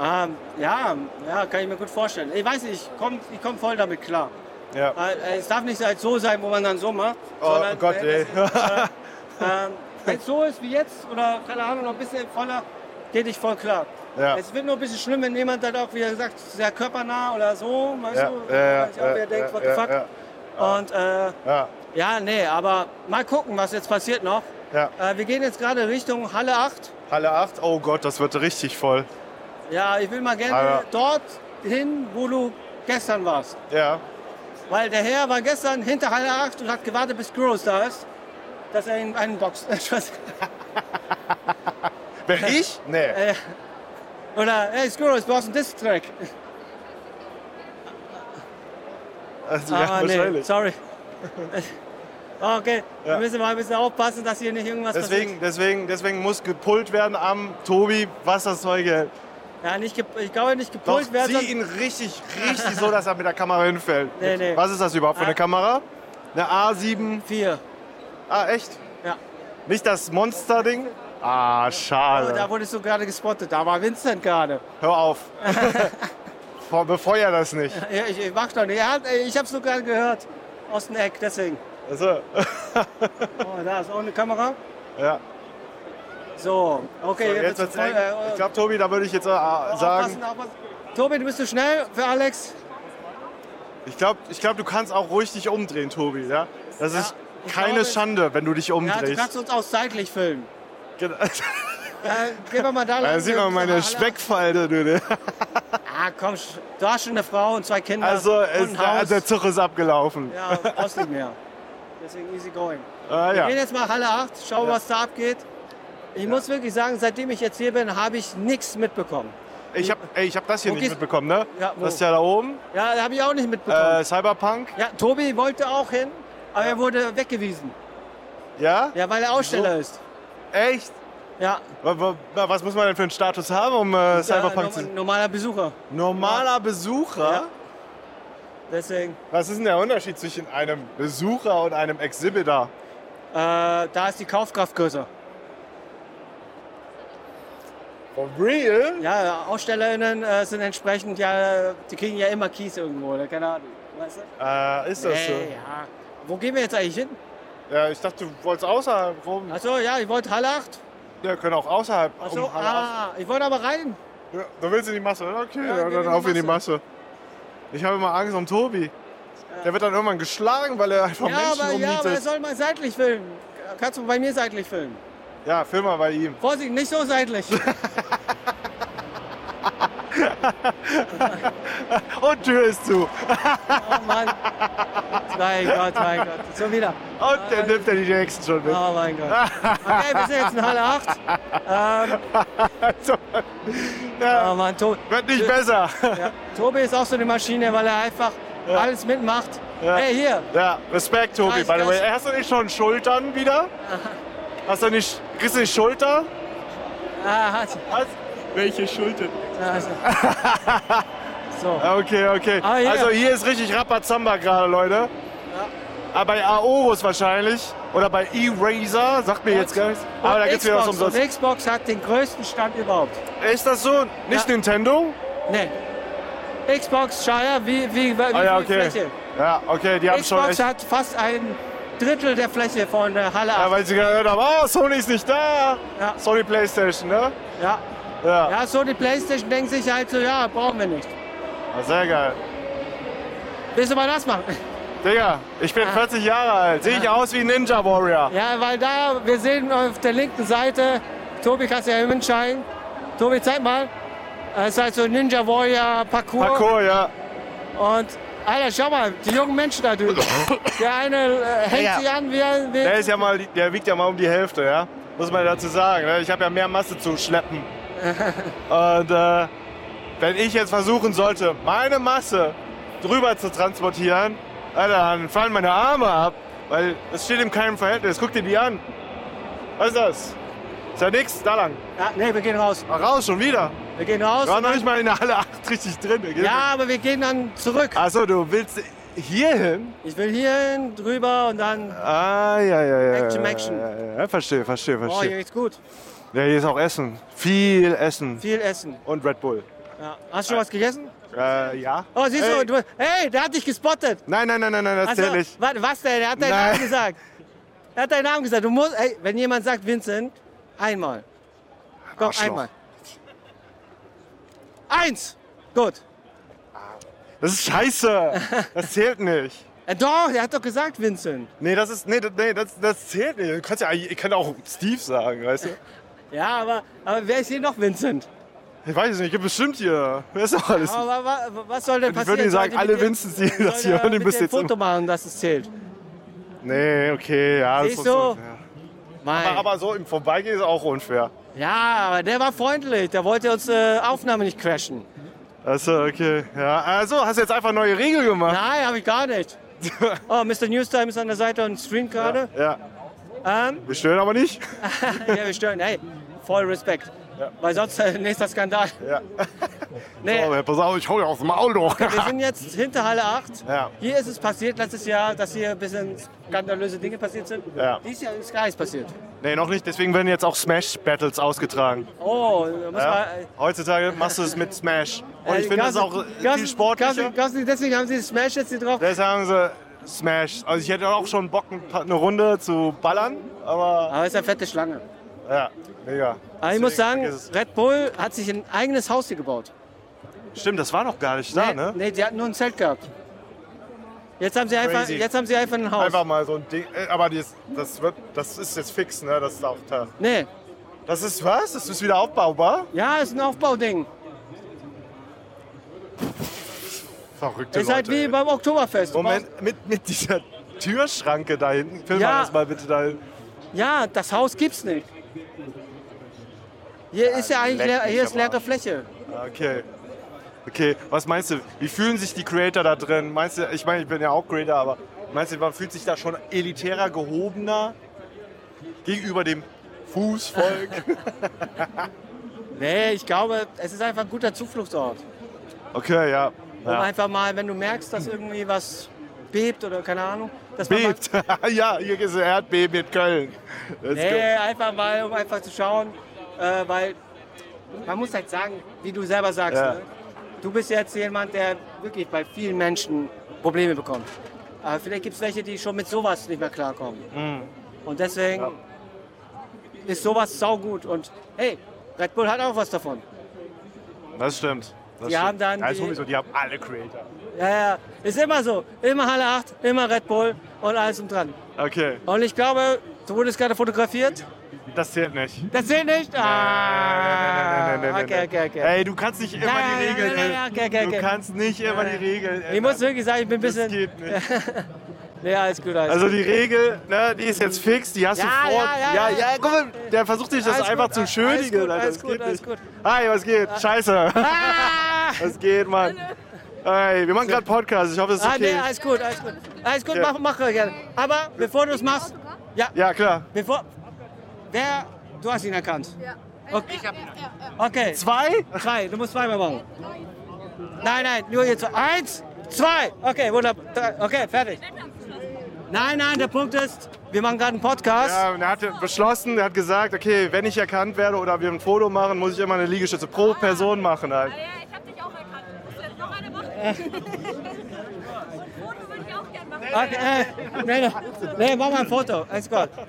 S4: ah, ja, ja, kann ich mir gut vorstellen. Ich weiß nicht, ich komme ich komm voll damit klar.
S2: Ja.
S4: Äh, Es darf nicht halt so sein, wo man dann so macht.
S2: Oh
S4: sondern,
S2: Gott,
S4: äh, ähm,
S2: ey.
S4: Wenn es so ist wie jetzt oder keine Ahnung, noch ein bisschen voller, geht ich voll klar.
S2: Ja.
S4: Es wird nur ein bisschen schlimm, wenn jemand dann auch wieder sagt, sehr körpernah oder so, weißt
S2: Ja,
S4: du?
S2: ja, ja,
S4: Weil ich auch
S2: ja,
S4: wieder denkt,
S2: ja,
S4: what the
S2: ja,
S4: fuck.
S2: ja,
S4: Und äh,
S2: Ja,
S4: ja, nee, aber mal gucken, was jetzt passiert noch.
S2: ja.
S4: Äh, wir gehen jetzt gerade Richtung Halle 8.
S2: Halle 8, oh Gott, das wird richtig voll.
S4: Ja, ich will mal gerne
S2: Halle-
S4: dort hin, wo du gestern warst.
S2: Ja,
S4: Weil der Herr war gestern hinter Halle 8 und hat gewartet, bis Gross da ist, dass er ihn einen boxt. [LAUGHS] Ich weiß- Äh.
S2: Wer ich? Nee.
S4: Oder, hey Gross, du brauchst einen Distrack.
S2: Also, ja,
S4: Ah, nee,
S2: wahrscheinlich. [LAUGHS]
S4: sorry. Ah, okay, wir
S2: Ja.
S4: müssen mal ein bisschen aufpassen, dass hier nicht irgendwas
S2: Deswegen, deswegen, deswegen muss gepult werden am Tobi, was das Zeug hält.
S4: passiert. Ja, nicht, gep- ich glaube nicht
S2: Doch,
S4: gepult werden.
S2: zieh ihn richtig, richtig so, dass er mit der Kamera hinfällt.
S4: Nee, nee.
S2: Was ist das überhaupt für
S4: Ah.
S2: eine Kamera? Eine A7.
S4: Vier.
S2: Ah, echt?
S4: Ja.
S2: Nicht das Monster-Ding? Ah,
S4: Also, da
S2: schade.
S4: wurdest du gerade gespottet. Da war Vincent gerade.
S2: Hör auf. [LAUGHS] Vor- Befeuer das nicht.
S4: Ja, ich, ich mach doch nicht. Er hat, ich hab's nur gerade gehört. Aus dem Eck, deswegen.
S2: Also,
S4: Oh, da ist auch eine Kamera.
S2: ja.
S4: So, okay.
S2: So, jetzt wird's
S4: voll-
S2: eng.
S4: äh,
S2: Ich glaube, Tobi, da würde ich jetzt äh, sagen,
S4: Aufpassen, aufpassen. Tobi, du bist zu schnell für Alex.
S2: Ich glaube, ich glaub, du kannst auch ruhig dich umdrehen, Tobi. Ja? Das
S4: Ja,
S2: ist
S4: ich
S2: keine
S4: glaube-
S2: Schande, wenn du dich
S4: Ja, du kannst
S2: umdrehst.
S4: uns auch seitlich filmen. [LAUGHS]
S2: Genau.
S4: Äh, gehen wir mal
S2: [LAUGHS]
S4: da
S2: Da
S4: lang.
S2: sieht man meine
S4: Alle-
S2: Speckfalte, du. ne?
S4: Ah, komm, sch- du hast schon eine Frau und zwei Kinder.
S2: Also,
S4: und
S2: es,
S4: ein Haus.
S2: der Zug ist abgelaufen.
S4: Ja, brauchst nicht mehr. Deswegen easy going.
S2: Ah,
S4: Wir gehen
S2: ja.
S4: jetzt mal Halle 8, schauen,
S2: Ja.
S4: was da abgeht. Ich muss wirklich sagen, seitdem ich jetzt hier bin, habe ich nichts mitbekommen.
S2: Ich habe ich hab das hier
S4: Wo
S2: nicht
S4: gehst-
S2: mitbekommen, ne?
S4: Ja, wo?
S2: das ist ja da oben.
S4: Ja, habe ich auch nicht mitbekommen.
S2: Äh, Cyberpunk.
S4: Ja, Tobi wollte auch hin, aber er wurde weggewiesen.
S2: Ja?
S4: Ja, weil er Aussteller ist.
S2: Echt?
S4: Ja,
S2: Wa- wa- wa- Was muss man denn für einen Status haben, um äh,
S4: ja,
S2: Cyberpunk
S4: norm-
S2: zu.
S4: normaler Besucher.
S2: Normaler Besucher?
S4: Ja. Deswegen,
S2: Was ist denn der Unterschied zwischen einem Besucher und einem Exhibitor?
S4: äh, da ist die Kaufkraft größer.
S2: For real?
S4: Ja, AusstellerInnen äh, sind entsprechend, ja, die kriegen ja immer Kies irgendwo, oder keine Ahnung. Weißt du?
S2: Äh, ist das so?
S4: Nee, ja. Wo gehen wir jetzt eigentlich hin?
S2: Ja, ich dachte, du wolltest außerhalb. Warum?
S4: Achso, ja, ich wollte Halle 8.
S2: Ja, können auch außerhalb.
S4: Achso,
S2: um Halle auf-
S4: ah, ich wollte aber rein.
S2: ja, da willst du in die Masse. Okay,
S4: Ja,
S2: ja,
S4: geh in
S2: dann
S4: die
S2: auf in die Masse. Ich habe immer Angst um Tobi. Der wird dann irgendwann geschlagen, weil er einfach
S4: Ja
S2: Menschen
S4: aber, ja, aber er
S2: ummietet.
S4: soll mal seitlich filmen. Kannst du bei mir seitlich filmen?
S2: Ja, film mal bei ihm.
S4: Vorsicht, nicht so
S2: [LAUGHS]
S4: seitlich. Oh,
S2: Und Tür ist zu.
S4: Oh Mann. Mein Gott, mein Gott. Schon wieder.
S2: Und dann nimmt er die nächsten schon mit.
S4: Oh mein Gott. Okay, wir sind jetzt in Halle 8. Ähm,
S2: Also,
S4: oh
S2: ja,
S4: Mann, to
S2: wird nicht besser. [LAUGHS]
S4: ja. Tobi ist auch so eine Maschine, weil er einfach alles mitmacht.
S2: Ja.
S4: Hey, hier.
S2: Ja, Respekt, Tobi.
S4: Gleich,
S2: By the way,
S4: gleich.
S2: hast du nicht schon Schultern wieder? Hast du nicht. Kriegst du nicht Schulter?
S4: Ah, hat.
S2: Hast, welche Schulter? [LAUGHS]
S4: Also. So.
S2: Okay, okay.
S4: Ah, ja.
S2: Also hier ist richtig Rapazamba gerade, Leute. Aber bei Aorus wahrscheinlich. Oder bei Eraser, sagt mir jetzt gar nichts. Aber
S4: Und
S2: da gibt's wieder was
S4: Xbox.
S2: umsonst.
S4: Und Xbox hat den größten Stand überhaupt.
S2: um Ist das so? Nicht
S4: Ja.
S2: Nintendo?
S4: Nee. Xbox, schau her, wie, wie, wie, wie
S2: Ah ja,
S4: viel
S2: okay.
S4: Fläche.
S2: Ja, okay, die haben schon
S4: Xbox
S2: echt.
S4: hat fast ein Drittel der Fläche von der Halle
S2: Ja,
S4: 8.
S2: weil sie gehört haben, ah, Sony ist nicht da.
S4: Ja.
S2: Sony Playstation, ne?
S4: Ja.
S2: Ja.
S4: ja, so die Playstation denkt sich halt so, ja, brauchen wir nicht.
S2: Ah, Sehr geil.
S4: Willst du mal das machen? [LAUGHS]
S2: Digga, ich bin 40 Jahre alt. Sehe ich aus wie ein Ninja Warrior.
S4: Ja, weil da, wir sehen auf der linken Seite, Tobi kannst ja hinscheinen. Tobi, zeig mal. Das ist halt so Ninja Warrior Parcours.
S2: Parkour, ja.
S4: Und, Alter, schau mal, die jungen Menschen da drüben. Der eine äh, hängt
S2: Ja.
S4: sich an wie ein
S2: Der,
S4: Wild.
S2: ist ja mal, der wiegt ja mal um die Hälfte, ja. Muss man dazu sagen. Ne? Ich habe ja mehr Masse zu schleppen.
S4: [LAUGHS]
S2: Und äh, wenn ich jetzt versuchen sollte, meine Masse drüber zu transportieren, Alter, dann fallen meine Arme ab. Weil es steht in keinem Verhältnis. Guck dir die an. Was ist das? Ist ja nix, da lang.
S4: Ja, nee, wir gehen raus.
S2: Ach, raus, schon wieder.
S4: Wir gehen raus.
S2: Wir waren noch nicht mal in der Halle 8 richtig drin. Wir gehen-
S4: Ja, aber wir gehen dann zurück.
S2: Ach so, du willst hier hin?
S4: Ich will hierhin, drüber und dann.
S2: Ah, ja, ja, ja.
S4: Action,
S2: ja,
S4: Action.
S2: Ja, ja, ja. Verstehe, verstehe,
S4: Oh,
S2: verstehe.
S4: hier geht's gut.
S2: Ja, hier ist auch Essen. Viel Essen.
S4: Viel Essen.
S2: Und Red Bull.
S4: Ja. Hast du schon was gegessen?
S2: Äh, ja.
S4: Oh, siehst
S2: Ah. Ey.
S4: du, du, hey, der hat dich gespottet.
S2: Nein, nein, nein, nein, nein, das
S4: Also,
S2: zählt nicht.
S4: wa- was denn? Er hat deinen
S2: Nein.
S4: Namen gesagt. Er hat deinen Namen gesagt. Du musst, ey, wenn jemand sagt Vincent, einmal. Komm,
S2: Arschloch.
S4: einmal. Eins. Gut.
S2: Das ist scheiße. Das zählt nicht.
S4: Äh, doch, er hat doch gesagt Vincent.
S2: Nee, das ist. Nee, das- nee das, das zählt nicht. Du kannst ja, ich kann auch Steve sagen, weißt du?
S4: Ja, aber, aber wer ist hier noch Vincent?
S2: Ich weiß es nicht, gibt bestimmt hier. Wer ist doch alles.
S4: Aber, wa- wa- was soll denn
S2: Ich würde
S4: passieren?
S2: dir sagen,
S4: Sollte
S2: alle
S4: mit dem-
S2: Vincents, die
S4: sollte
S2: das hier hören, die
S4: mit
S2: müssen
S4: dem
S2: jetzt
S4: Foto machen, dass es zählt.
S2: Nee, okay, ja. Das
S4: Siehst
S2: ist
S4: du?
S2: unfair.
S4: Mein.
S2: Aber, aber so im Vorbeigehen ist auch unfair.
S4: ja, aber der war freundlich. Der wollte uns äh, Aufnahme nicht crashen.
S2: Achso, okay. Ja, also hast du jetzt einfach neue Regeln gemacht.
S4: Nein, habe ich gar
S2: [LAUGHS]
S4: nicht. Oh, Mr. Newstime ist an der Seite und streamt gerade.
S2: Ja,
S4: Ähm,
S2: wir stören aber nicht.
S4: Ja, wir stören. Hey, voll Respekt. Weil sonst äh, nächster Skandal.
S2: Ja.
S4: [LAUGHS] Nee,
S2: Oh, pass auf, ich hol dir aus dem Auto.
S4: wir sind jetzt hinter Halle 8.
S2: Ja.
S4: Hier ist es passiert letztes Jahr, dass hier ein bisschen skandalöse Dinge passiert sind.
S2: Ja.
S4: Dies Jahr ist gar nichts passiert.
S2: Nee, noch nicht. Deswegen werden jetzt auch Smash-Battles ausgetragen.
S4: Oh, da muss
S2: Ja?
S4: man.
S2: Heutzutage machst du es mit Smash. Und
S4: äh,
S2: ich finde das
S4: Gassi-
S2: auch
S4: Gassi-
S2: viel sportlicher.
S4: Gassi- Gassi, deswegen haben sie das Smash jetzt hier drauf.
S2: Deshalb haben sie Smash. Also ich hätte auch schon Bock, ein paar- eine Runde zu ballern. Aber
S4: Aber es ist eine fette Schlange.
S2: ja, mega.
S4: Aber Ah, ich muss sagen,
S2: Deswegen vergiss
S4: Red Bull hat sich ein eigenes Haus hier gebaut.
S2: es. Stimmt, das war noch gar nicht da,
S4: nee,
S2: ne?
S4: nee, die hatten nur ein Zelt gehabt. Jetzt haben sie, einfach,
S2: Crazy.
S4: jetzt haben sie einfach ein Haus.
S2: Einfach mal so ein Ding. Äh, Aber das, das, wird, das ist jetzt fix, ne? Das ist auch da.
S4: Nee,
S2: Das ist was? Das ist wieder aufbaubar?
S4: ja, ist ein Aufbauding.
S2: Verrückte
S4: Ist
S2: Leute.
S4: halt
S2: ey.
S4: wie beim Oktoberfest. Du
S2: Moment, mit, mit dieser Türschranke da hinten. Film
S4: Ja.
S2: mal das mal bitte da hinten.
S4: Brauchst, ja, das Haus gibt's nicht. Hier ist ja eigentlich
S2: leck
S4: leer,
S2: mich
S4: hier ist
S2: am
S4: leere
S2: Arsch.
S4: Fläche.
S2: Okay. Okay, was meinst du? Wie fühlen sich die Creator da drin? Meinst du, ich meine, ich bin ja auch Creator, aber meinst du, man fühlt sich da schon elitärer, gehobener gegenüber dem Fußvolk?
S4: [LAUGHS] Nee, ich glaube, es ist einfach ein guter Zufluchtsort.
S2: Okay, ja.
S4: Um
S2: ja.
S4: einfach mal, wenn du merkst, dass irgendwie was bebt oder keine Ahnung. Dass man
S2: Bebt. [LAUGHS] ja, hier ist ein Erdbeben in Köln. Let's
S4: Mal, nee, einfach mal, um einfach zu schauen, äh, weil man muss halt sagen, wie du selber sagst.
S2: Ja.
S4: Ne? Du bist jetzt jemand, der wirklich bei vielen Menschen Probleme bekommt. Aber vielleicht gibt es welche, die schon mit sowas nicht mehr klarkommen.
S2: go. Mm.
S4: Und deswegen
S2: Ja.
S4: ist sowas saugut. Und hey, Red Bull hat auch was davon.
S2: Das stimmt. Das
S4: Die
S2: stimmt.
S4: haben dann
S2: ja, ist
S4: die-
S2: sowieso, die haben alle Creator.
S4: Ja, ja, ist immer so. Immer Halle 8, immer Red Bull und alles um dran.
S2: Okay,
S4: Und ich glaube, du wurdest gerade fotografiert.
S2: das zählt nicht.
S4: Das sehe nicht. Ah, okay, okay, okay.
S2: Ey, du kannst nicht immer
S4: Nein,
S2: die
S4: nein,
S2: Regeln.
S4: nein,
S2: ey.
S4: nein, okay, okay,
S2: Du
S4: okay.
S2: kannst nicht immer die Regeln.
S4: Ich muss
S2: ändern.
S4: wirklich sagen, ich bin ein
S2: das
S4: bisschen.
S2: geht nicht.
S4: Nee, alles gut, alles
S2: Also
S4: gut.
S2: die Regel, ne, die ist jetzt fix, die hast
S4: Ja,
S2: du vor.
S4: ja, ja, ja.
S2: guck mal, der versucht sich das
S4: Alles
S2: einfach
S4: gut,
S2: zu
S4: alles
S2: schönigen.
S4: gut,
S2: Alter,
S4: alles
S2: das
S4: gut,
S2: geht
S4: alles
S2: nicht.
S4: gut.
S2: Hi, was geht? Scheiße.
S4: Ah,
S2: Was geht, Mann? Hey, wir machen gerade Podcast, ich hoffe, es ist
S4: ah nee,
S2: okay.
S4: alles gut, alles gut. Alles gut,
S2: Ja.
S4: mach, mach gerne. Aber bevor du es machst, ja,
S2: Ja, klar.
S4: bevor. Wer. Du hast ihn erkannt.
S5: Ja.
S4: Okay.
S5: Ich hab ihn.
S4: Okay.
S2: Zwei?
S4: Drei, du musst zweimal machen. Nein, nein, nur jetzt. Eins, zwei. Okay, wunderbar. Drei. Okay, fertig. Nein, nein, der Punkt ist, wir machen gerade einen Podcast.
S2: Ja, und er hat beschlossen, er hat gesagt, okay, wenn ich erkannt werde oder wir ein Foto machen, muss ich immer eine Liegestütze
S4: Ah.
S2: pro Person machen. Halt.
S5: Ja, ich hab dich auch erkannt. Du musst jetzt noch eine machen. Und Foto würde ich
S4: Okay, äh, nee, nee, nee, mach mal ein Foto. Alles gut.
S5: Foto würde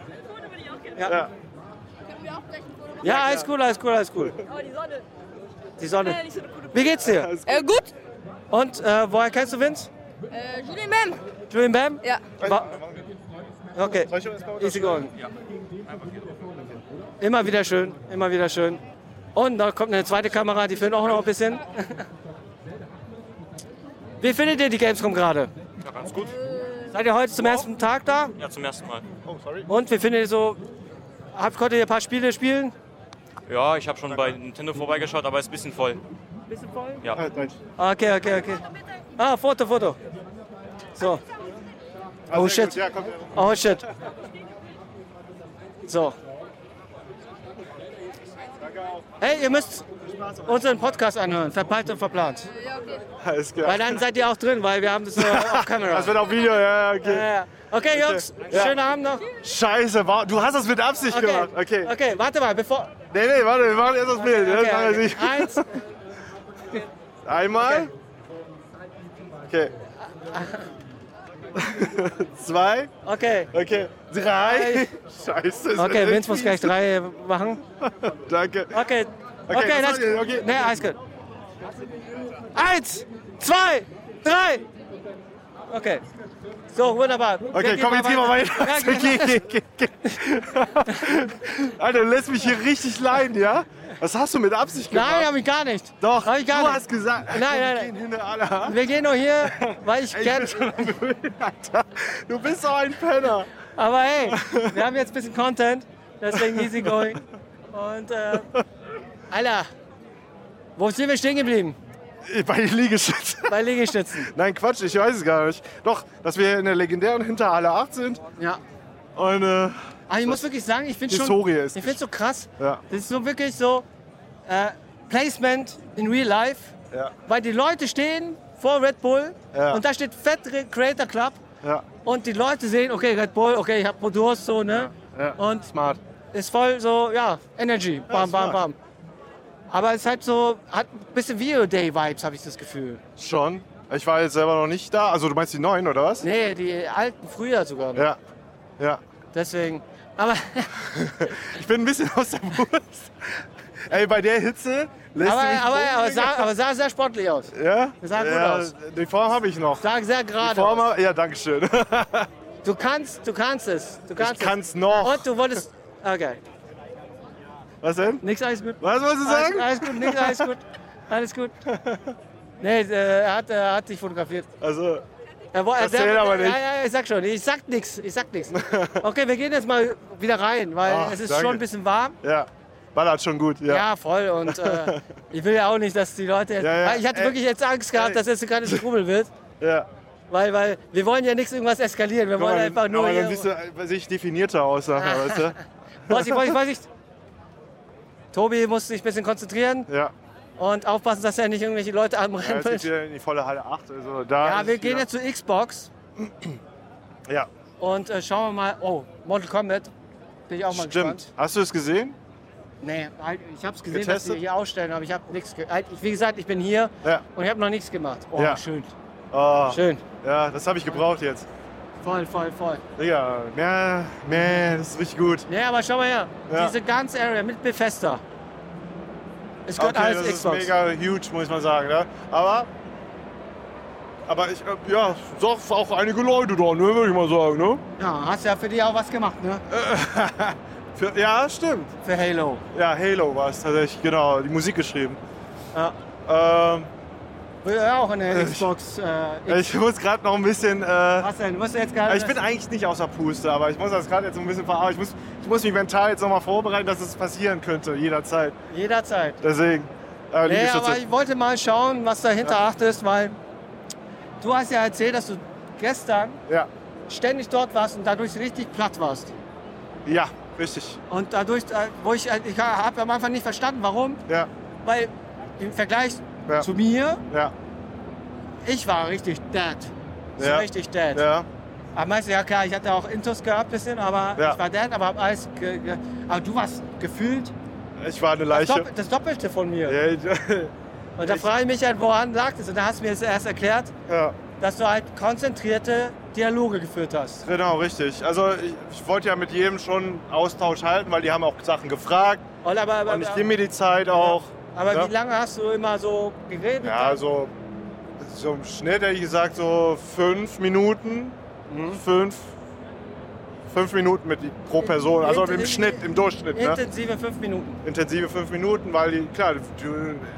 S5: ich auch gerne.
S4: Ja,
S5: Können wir auch gleich ein Foto machen?
S4: ja alles cool, alles cool, alles cool.
S5: Oh, die Sonne.
S4: Die
S5: Äh,
S4: Sonne.
S5: nicht so eine gute
S4: Wie geht's dir?
S5: Äh, gut.
S4: Und äh, woher kennst du Vince?
S5: Äh, Julien Mem.
S4: Julian Bam?
S5: Ja.
S4: Wa- Okay.
S2: Soll ich schon erstmal
S4: Easy going. Immer wieder schön, immer wieder schön. Und da kommt eine zweite Kamera, die filmt auch noch ein bisschen. [LAUGHS] Wie findet ihr die Gamescom gerade?
S6: Ja, ganz gut.
S4: Seid ihr heute zum ersten Tag da?
S6: Ja, zum ersten Mal.
S2: Oh, sorry.
S4: Und wie findet ihr so, habt, konntet ihr ein paar Spiele spielen?
S6: Ja, ich habe schon bei Nintendo vorbeigeschaut, aber ist ein bisschen voll.
S4: Bisschen voll.
S2: Äh, Deutsch.
S4: Okay, okay, okay. Ah, Foto, Foto. So,
S2: Ah,
S4: Oh,
S2: sehr
S4: shit.
S2: gut. Ja, kommt.
S4: oh shit. So. Hey, ihr müsst unseren Podcast anhören, verpeilt und verplant.
S5: Ja, okay.
S2: Alles
S4: Weil
S2: klar.
S4: dann seid ihr auch drin, weil wir
S2: [LAUGHS]
S4: haben das äh, auf Kamera.
S2: Das wird auf Video, ja, ja, okay.
S4: Ja, ja. Okay, Jungs,
S2: Ja.
S4: schönen Abend noch.
S2: Scheiße, wa- du hast das mit Absicht
S4: Äh. Okay.
S2: gemacht. Okay.
S4: okay, warte mal, bevor.
S2: Nee, nee, warte, wir machen erst das Bild. ne?
S4: Okay,
S2: das machen wir
S4: okay.
S2: nicht.
S4: Eins,
S2: Einmal. Okay. [LAUGHS] Zwei. [LAUGHS]
S4: okay.
S2: Okay. Drei. Scheiße. ist
S4: Okay,
S2: das
S4: Vince muss
S2: echt
S4: gleich drei
S2: fies.
S4: machen.
S2: Danke.
S4: Okay. Okay, let's
S2: was war denn? Okay.
S4: Nee, alles gut. Eins, zwei, drei. Okay. So, wunderbar. Wir
S2: Okay,
S4: gehen
S2: komm, [LAUGHS] jetzt gehen wir weiter.
S4: Ja, genau.
S2: Okay, okay, okay, [LAUGHS] okay. Alter, du lässt mich hier richtig leiden, ja? Was hast du mit Absicht gemacht?
S4: Nein, habe ich gar nicht.
S2: Doch,
S4: hab ich gar
S2: du
S4: nicht.
S2: hast gesagt.
S4: Nein,
S2: wir
S4: nein,
S2: gehen hin, Alter.
S4: Wir gehen nur
S2: [LAUGHS]
S4: hier, weil ich
S2: Ich bin
S4: gerne.
S2: schon am Müll, Alter. Du bist so ein Penner.
S4: Aber hey, wir haben jetzt ein bisschen Content, deswegen easy going. Und äh, Alter, wo sind wir stehen geblieben?
S2: Bei Liegestütz.
S4: Bei Liegestützen.
S2: Nein, Quatsch, ich weiß es gar nicht. Doch, dass wir in der legendären Hinterhalle 8 sind
S4: Ja.
S2: und äh,
S4: Aber ich muss wirklich sagen, ich finde schon,
S2: Historie ist.
S4: ich finde so krass.
S2: Ja.
S4: Das ist so wirklich so äh, Placement in real life,
S2: Ja,
S4: weil die Leute stehen vor Red Bull
S2: Ja.
S4: und da steht Fett Re- Creator Club
S2: ja,
S4: und die Leute sehen, okay, Red Bull, okay, ich hab Durst, so, ne?
S2: ja.
S4: Und
S2: Smart.
S4: ist voll so, ja, Energy. Bam, bam,
S2: smart.
S4: bam. Aber es ist halt so, hat ein bisschen Video-Day-Vibes, habe ich das Gefühl.
S2: Schon. Ich war jetzt selber noch nicht da. Also du meinst die neuen, oder was?
S4: Nee, die alten früher sogar. noch.
S2: Ja. Ja.
S4: Deswegen. Aber,
S2: Ich bin ein bisschen aus der
S4: [LAUGHS]
S2: Wurst. Ey, bei der Hitze lässt
S4: aber,
S2: du mich
S4: aber,
S2: tot,
S4: aber,
S2: Digga.
S4: sah, aber sah sehr sportlich aus.
S2: Ja?
S4: sah gut
S2: ja,
S4: aus.
S2: Die Form habe ich noch.
S4: Sah sehr gerade
S2: Form
S4: aus.
S2: hab, ja, danke schön.
S4: Du kannst, du kannst es. Du kannst
S2: Ich kann's
S4: es.
S2: noch.
S4: Und du wolltest. Okay.
S2: Was denn?
S4: Nix, alles gut.
S2: Was wolltest du
S4: Alles,
S2: sagen?
S4: alles gut, nix, alles gut. Alles gut. Nee, äh, er hat, er hat dich fotografiert.
S2: Also,
S4: Er, wo-
S2: Das
S4: er-
S2: zählt aber nicht.
S4: Ja, ja, ich sag schon, ich sag nichts, ich sag nichts. Okay, wir gehen jetzt mal wieder rein, weil
S2: Ach,
S4: es ist
S2: danke.
S4: schon ein bisschen warm.
S2: ja. Ballert schon gut, ja.
S4: Ja, voll. Und äh, ich will ja auch nicht, dass die Leute. Jetzt,
S2: Ja, ja, Äh,
S4: Weil ich hatte
S2: ey,
S4: wirklich jetzt Angst gehabt,
S2: ey.
S4: dass es ein kleines Trubel wird,
S2: ja.
S4: weil, weil wir wollen ja nichts irgendwas eskalieren. Wir
S2: Guck
S4: wollen
S2: mal,
S4: einfach nur.
S2: aber
S4: Hier,
S2: dann siehst du, äh, sehe ich definierter aus,
S4: [LAUGHS]
S2: nachher, weißt du?
S4: Vorsicht, Vorsicht, Vorsicht! Tobi muss sich ein bisschen konzentrieren
S2: Ja.
S4: und aufpassen, dass er nicht irgendwelche Leute
S2: Ja, jetzt geht
S4: anrempelt.
S2: wieder in die volle Halle 8. Also da
S4: Ja,
S2: ist
S4: wir gehen
S2: wieder-
S4: jetzt zu Xbox
S2: Ja,
S4: und äh, schauen wir mal. Oh, Mortal Kombat. Bin ich auch mal gespannt.
S2: stimmt. Hast du es gesehen?
S4: Nee, halt, ich habe es gesehen, dass
S2: Getestet?
S4: sie hier ausstellen, aber ich habe nichts. ge- halt, ich- Wie gesagt, ich bin hier
S2: Ja.
S4: und ich habe noch nichts gemacht. Oh,
S2: Ja.
S4: schön,
S2: Oh,
S4: schön.
S2: ja, das habe ich gebraucht jetzt.
S4: Voll, voll, voll.
S2: Digga, mehr, mehr, das ist richtig gut.
S4: Nee, aber schau mal her.
S2: Ja.
S4: Diese ganze Area mit Bethesda. Es gehört alles
S2: das
S4: Xbox.
S2: ist mega huge, muss man sagen. Ne? Aber, aber ich, äh, ja, doch auch einige Leute da, ne, würde ich mal sagen. Ne?
S4: Ja, hast ja für dich auch was gemacht, ne?
S2: Für, ja, stimmt.
S4: Für Halo.
S2: Ja, Halo war es tatsächlich, genau, die Musik geschrieben.
S4: Ja.
S2: Ähm,
S4: Will ja auch eine
S2: Ich-
S4: Xbox. Äh, X-
S2: ich muss gerade noch ein bisschen. Äh,
S4: was denn? Musst du jetzt gerade.
S2: ich bin eigentlich nicht außer Puste, aber ich muss das gerade jetzt so ein bisschen verarbeiten. Ich muss, ich muss mich mental jetzt nochmal vorbereiten, dass es passieren könnte, jederzeit.
S4: Jederzeit.
S2: Deswegen. Äh,
S4: Nee,
S2: Liegestütze.
S4: aber ich wollte mal schauen, was dahinter acht ist, weil du hast ja erzählt, dass du gestern
S2: ja.
S4: ständig dort warst und dadurch richtig platt warst.
S2: ja, richtig.
S4: Und dadurch, äh, wo ich, äh, ich habe am Anfang nicht verstanden, warum,
S2: Ja,
S4: weil im Vergleich
S2: Ja.
S4: zu mir,
S2: ja,
S4: ich war richtig dead. So
S2: Ja.
S4: richtig dead.
S2: ja.
S4: Aber meinst du, ja klar, ich hatte auch Intus gehabt bisschen, aber
S2: Ja.
S4: ich war dead, aber hab alles ge ge aber du warst gefühlt
S2: Ich war eine
S4: das,
S2: Leiche.
S4: Dopp das Doppelte von mir.
S2: [LAUGHS] Ja, ich- [LAUGHS]
S4: Und da frage ich mich halt, woran lag das? Und da hast du mir das erst erklärt,
S2: ja.
S4: dass du halt konzentrierte Dialoge geführt hast.
S2: Genau, richtig. Also ich, ich wollte ja mit jedem schon Austausch halten, weil die haben auch Sachen gefragt
S4: Und aber aber,
S2: und ich nehme mir die Zeit auch.
S4: aber
S2: ne?
S4: wie lange hast du immer so geredet?
S2: Ja, so, so im Schnitt hätte ich gesagt, so fünf Minuten. Mhm. Fünf, fünf Minuten mit, pro Person. Also
S4: Inten-
S2: im Schnitt, im Durchschnitt. Ne?
S4: Intensive fünf Minuten.
S2: Intensive fünf Minuten, weil die, klar, die,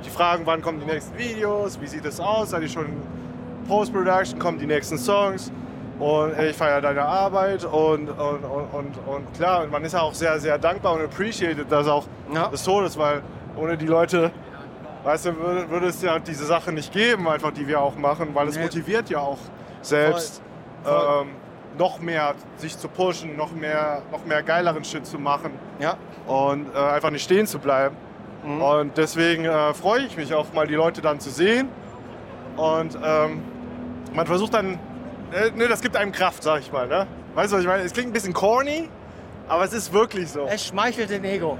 S2: die Fragen, wann kommen die nächsten Videos, wie sieht es aus, seid ihr schon in Post-Production, kommen die nächsten Songs. Und ich feiere deine Arbeit und, und, und, und, und klar, und man ist ja auch sehr, sehr dankbar und appreciated das auch
S4: Ja.
S2: des Todes, weil ohne die Leute, weißt du, würde, würde es ja diese Sache nicht geben, einfach die wir auch machen, weil es
S4: Nee.
S2: motiviert ja auch selbst
S4: Voll.
S2: Ähm, noch mehr sich zu pushen, noch mehr, noch mehr geileren Shit zu machen
S4: Ja.
S2: und äh, einfach nicht stehen zu bleiben.
S4: Mhm.
S2: Und deswegen äh, freue ich mich auch mal, die Leute dann zu sehen. Und ähm, man versucht dann, äh, ne, das gibt einem Kraft, sag ich mal. Ne? Weißt du, was ich meine? Es klingt ein bisschen corny, aber es ist wirklich so.
S4: Es schmeichelt dein Ego.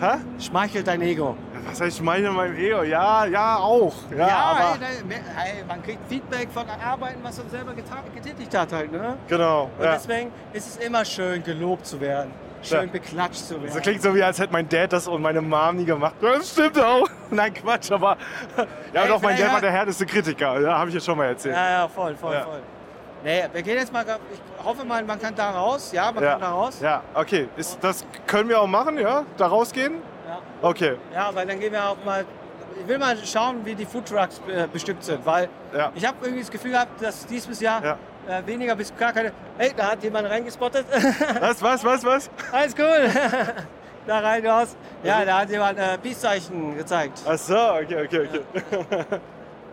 S2: Hä?
S4: Schmeichelt dein Ego.
S2: Was heißt, ich meine in meinem Ego? Ja, ja, auch. Ja, aber,
S4: ey, da- me- ey, man kriegt Feedback von Arbeiten, was man selber getan, getätigt hat halt, ne?
S2: genau.
S4: Und
S2: Ja.
S4: deswegen ist es immer schön, gelobt zu werden. Schön
S2: Ja.
S4: beklatscht zu werden.
S2: Das Also klingt so, wie als hätte mein Dad das und meine Mom nie gemacht. Das stimmt auch. [LAUGHS] Nein, Quatsch, aber. [LAUGHS] Ja,
S4: Ey,
S2: doch, mein Dad
S4: vielleicht-
S2: war der härteste Kritiker. Ja, habe ich jetzt schon mal erzählt.
S4: Ja, ja, voll, voll,
S2: Ja.
S4: voll. Nee, wir gehen jetzt mal, ich hoffe mal, man kann da raus. Ja, man
S2: Ja.
S4: kann da raus.
S2: Ja, okay. Ist, das können wir auch machen, ja? Da rausgehen?
S4: Ja.
S2: Okay.
S4: Ja, weil dann gehen wir auch mal. Ich will mal schauen, wie die Foodtrucks äh, bestückt sind, weil
S2: Ja.
S4: ich habe irgendwie das Gefühl gehabt, dass dieses Jahr
S2: Ja.
S4: äh, weniger bis gar keine. Hey, da hat jemand reingespottet. [LAUGHS]
S2: Was, was, was, was?
S4: Alles cool. [LAUGHS] da rein raus.
S2: Mhm.
S4: Ja, da hat jemand äh, Peace-Zeichen gezeigt.
S2: Ach so, okay, okay, okay.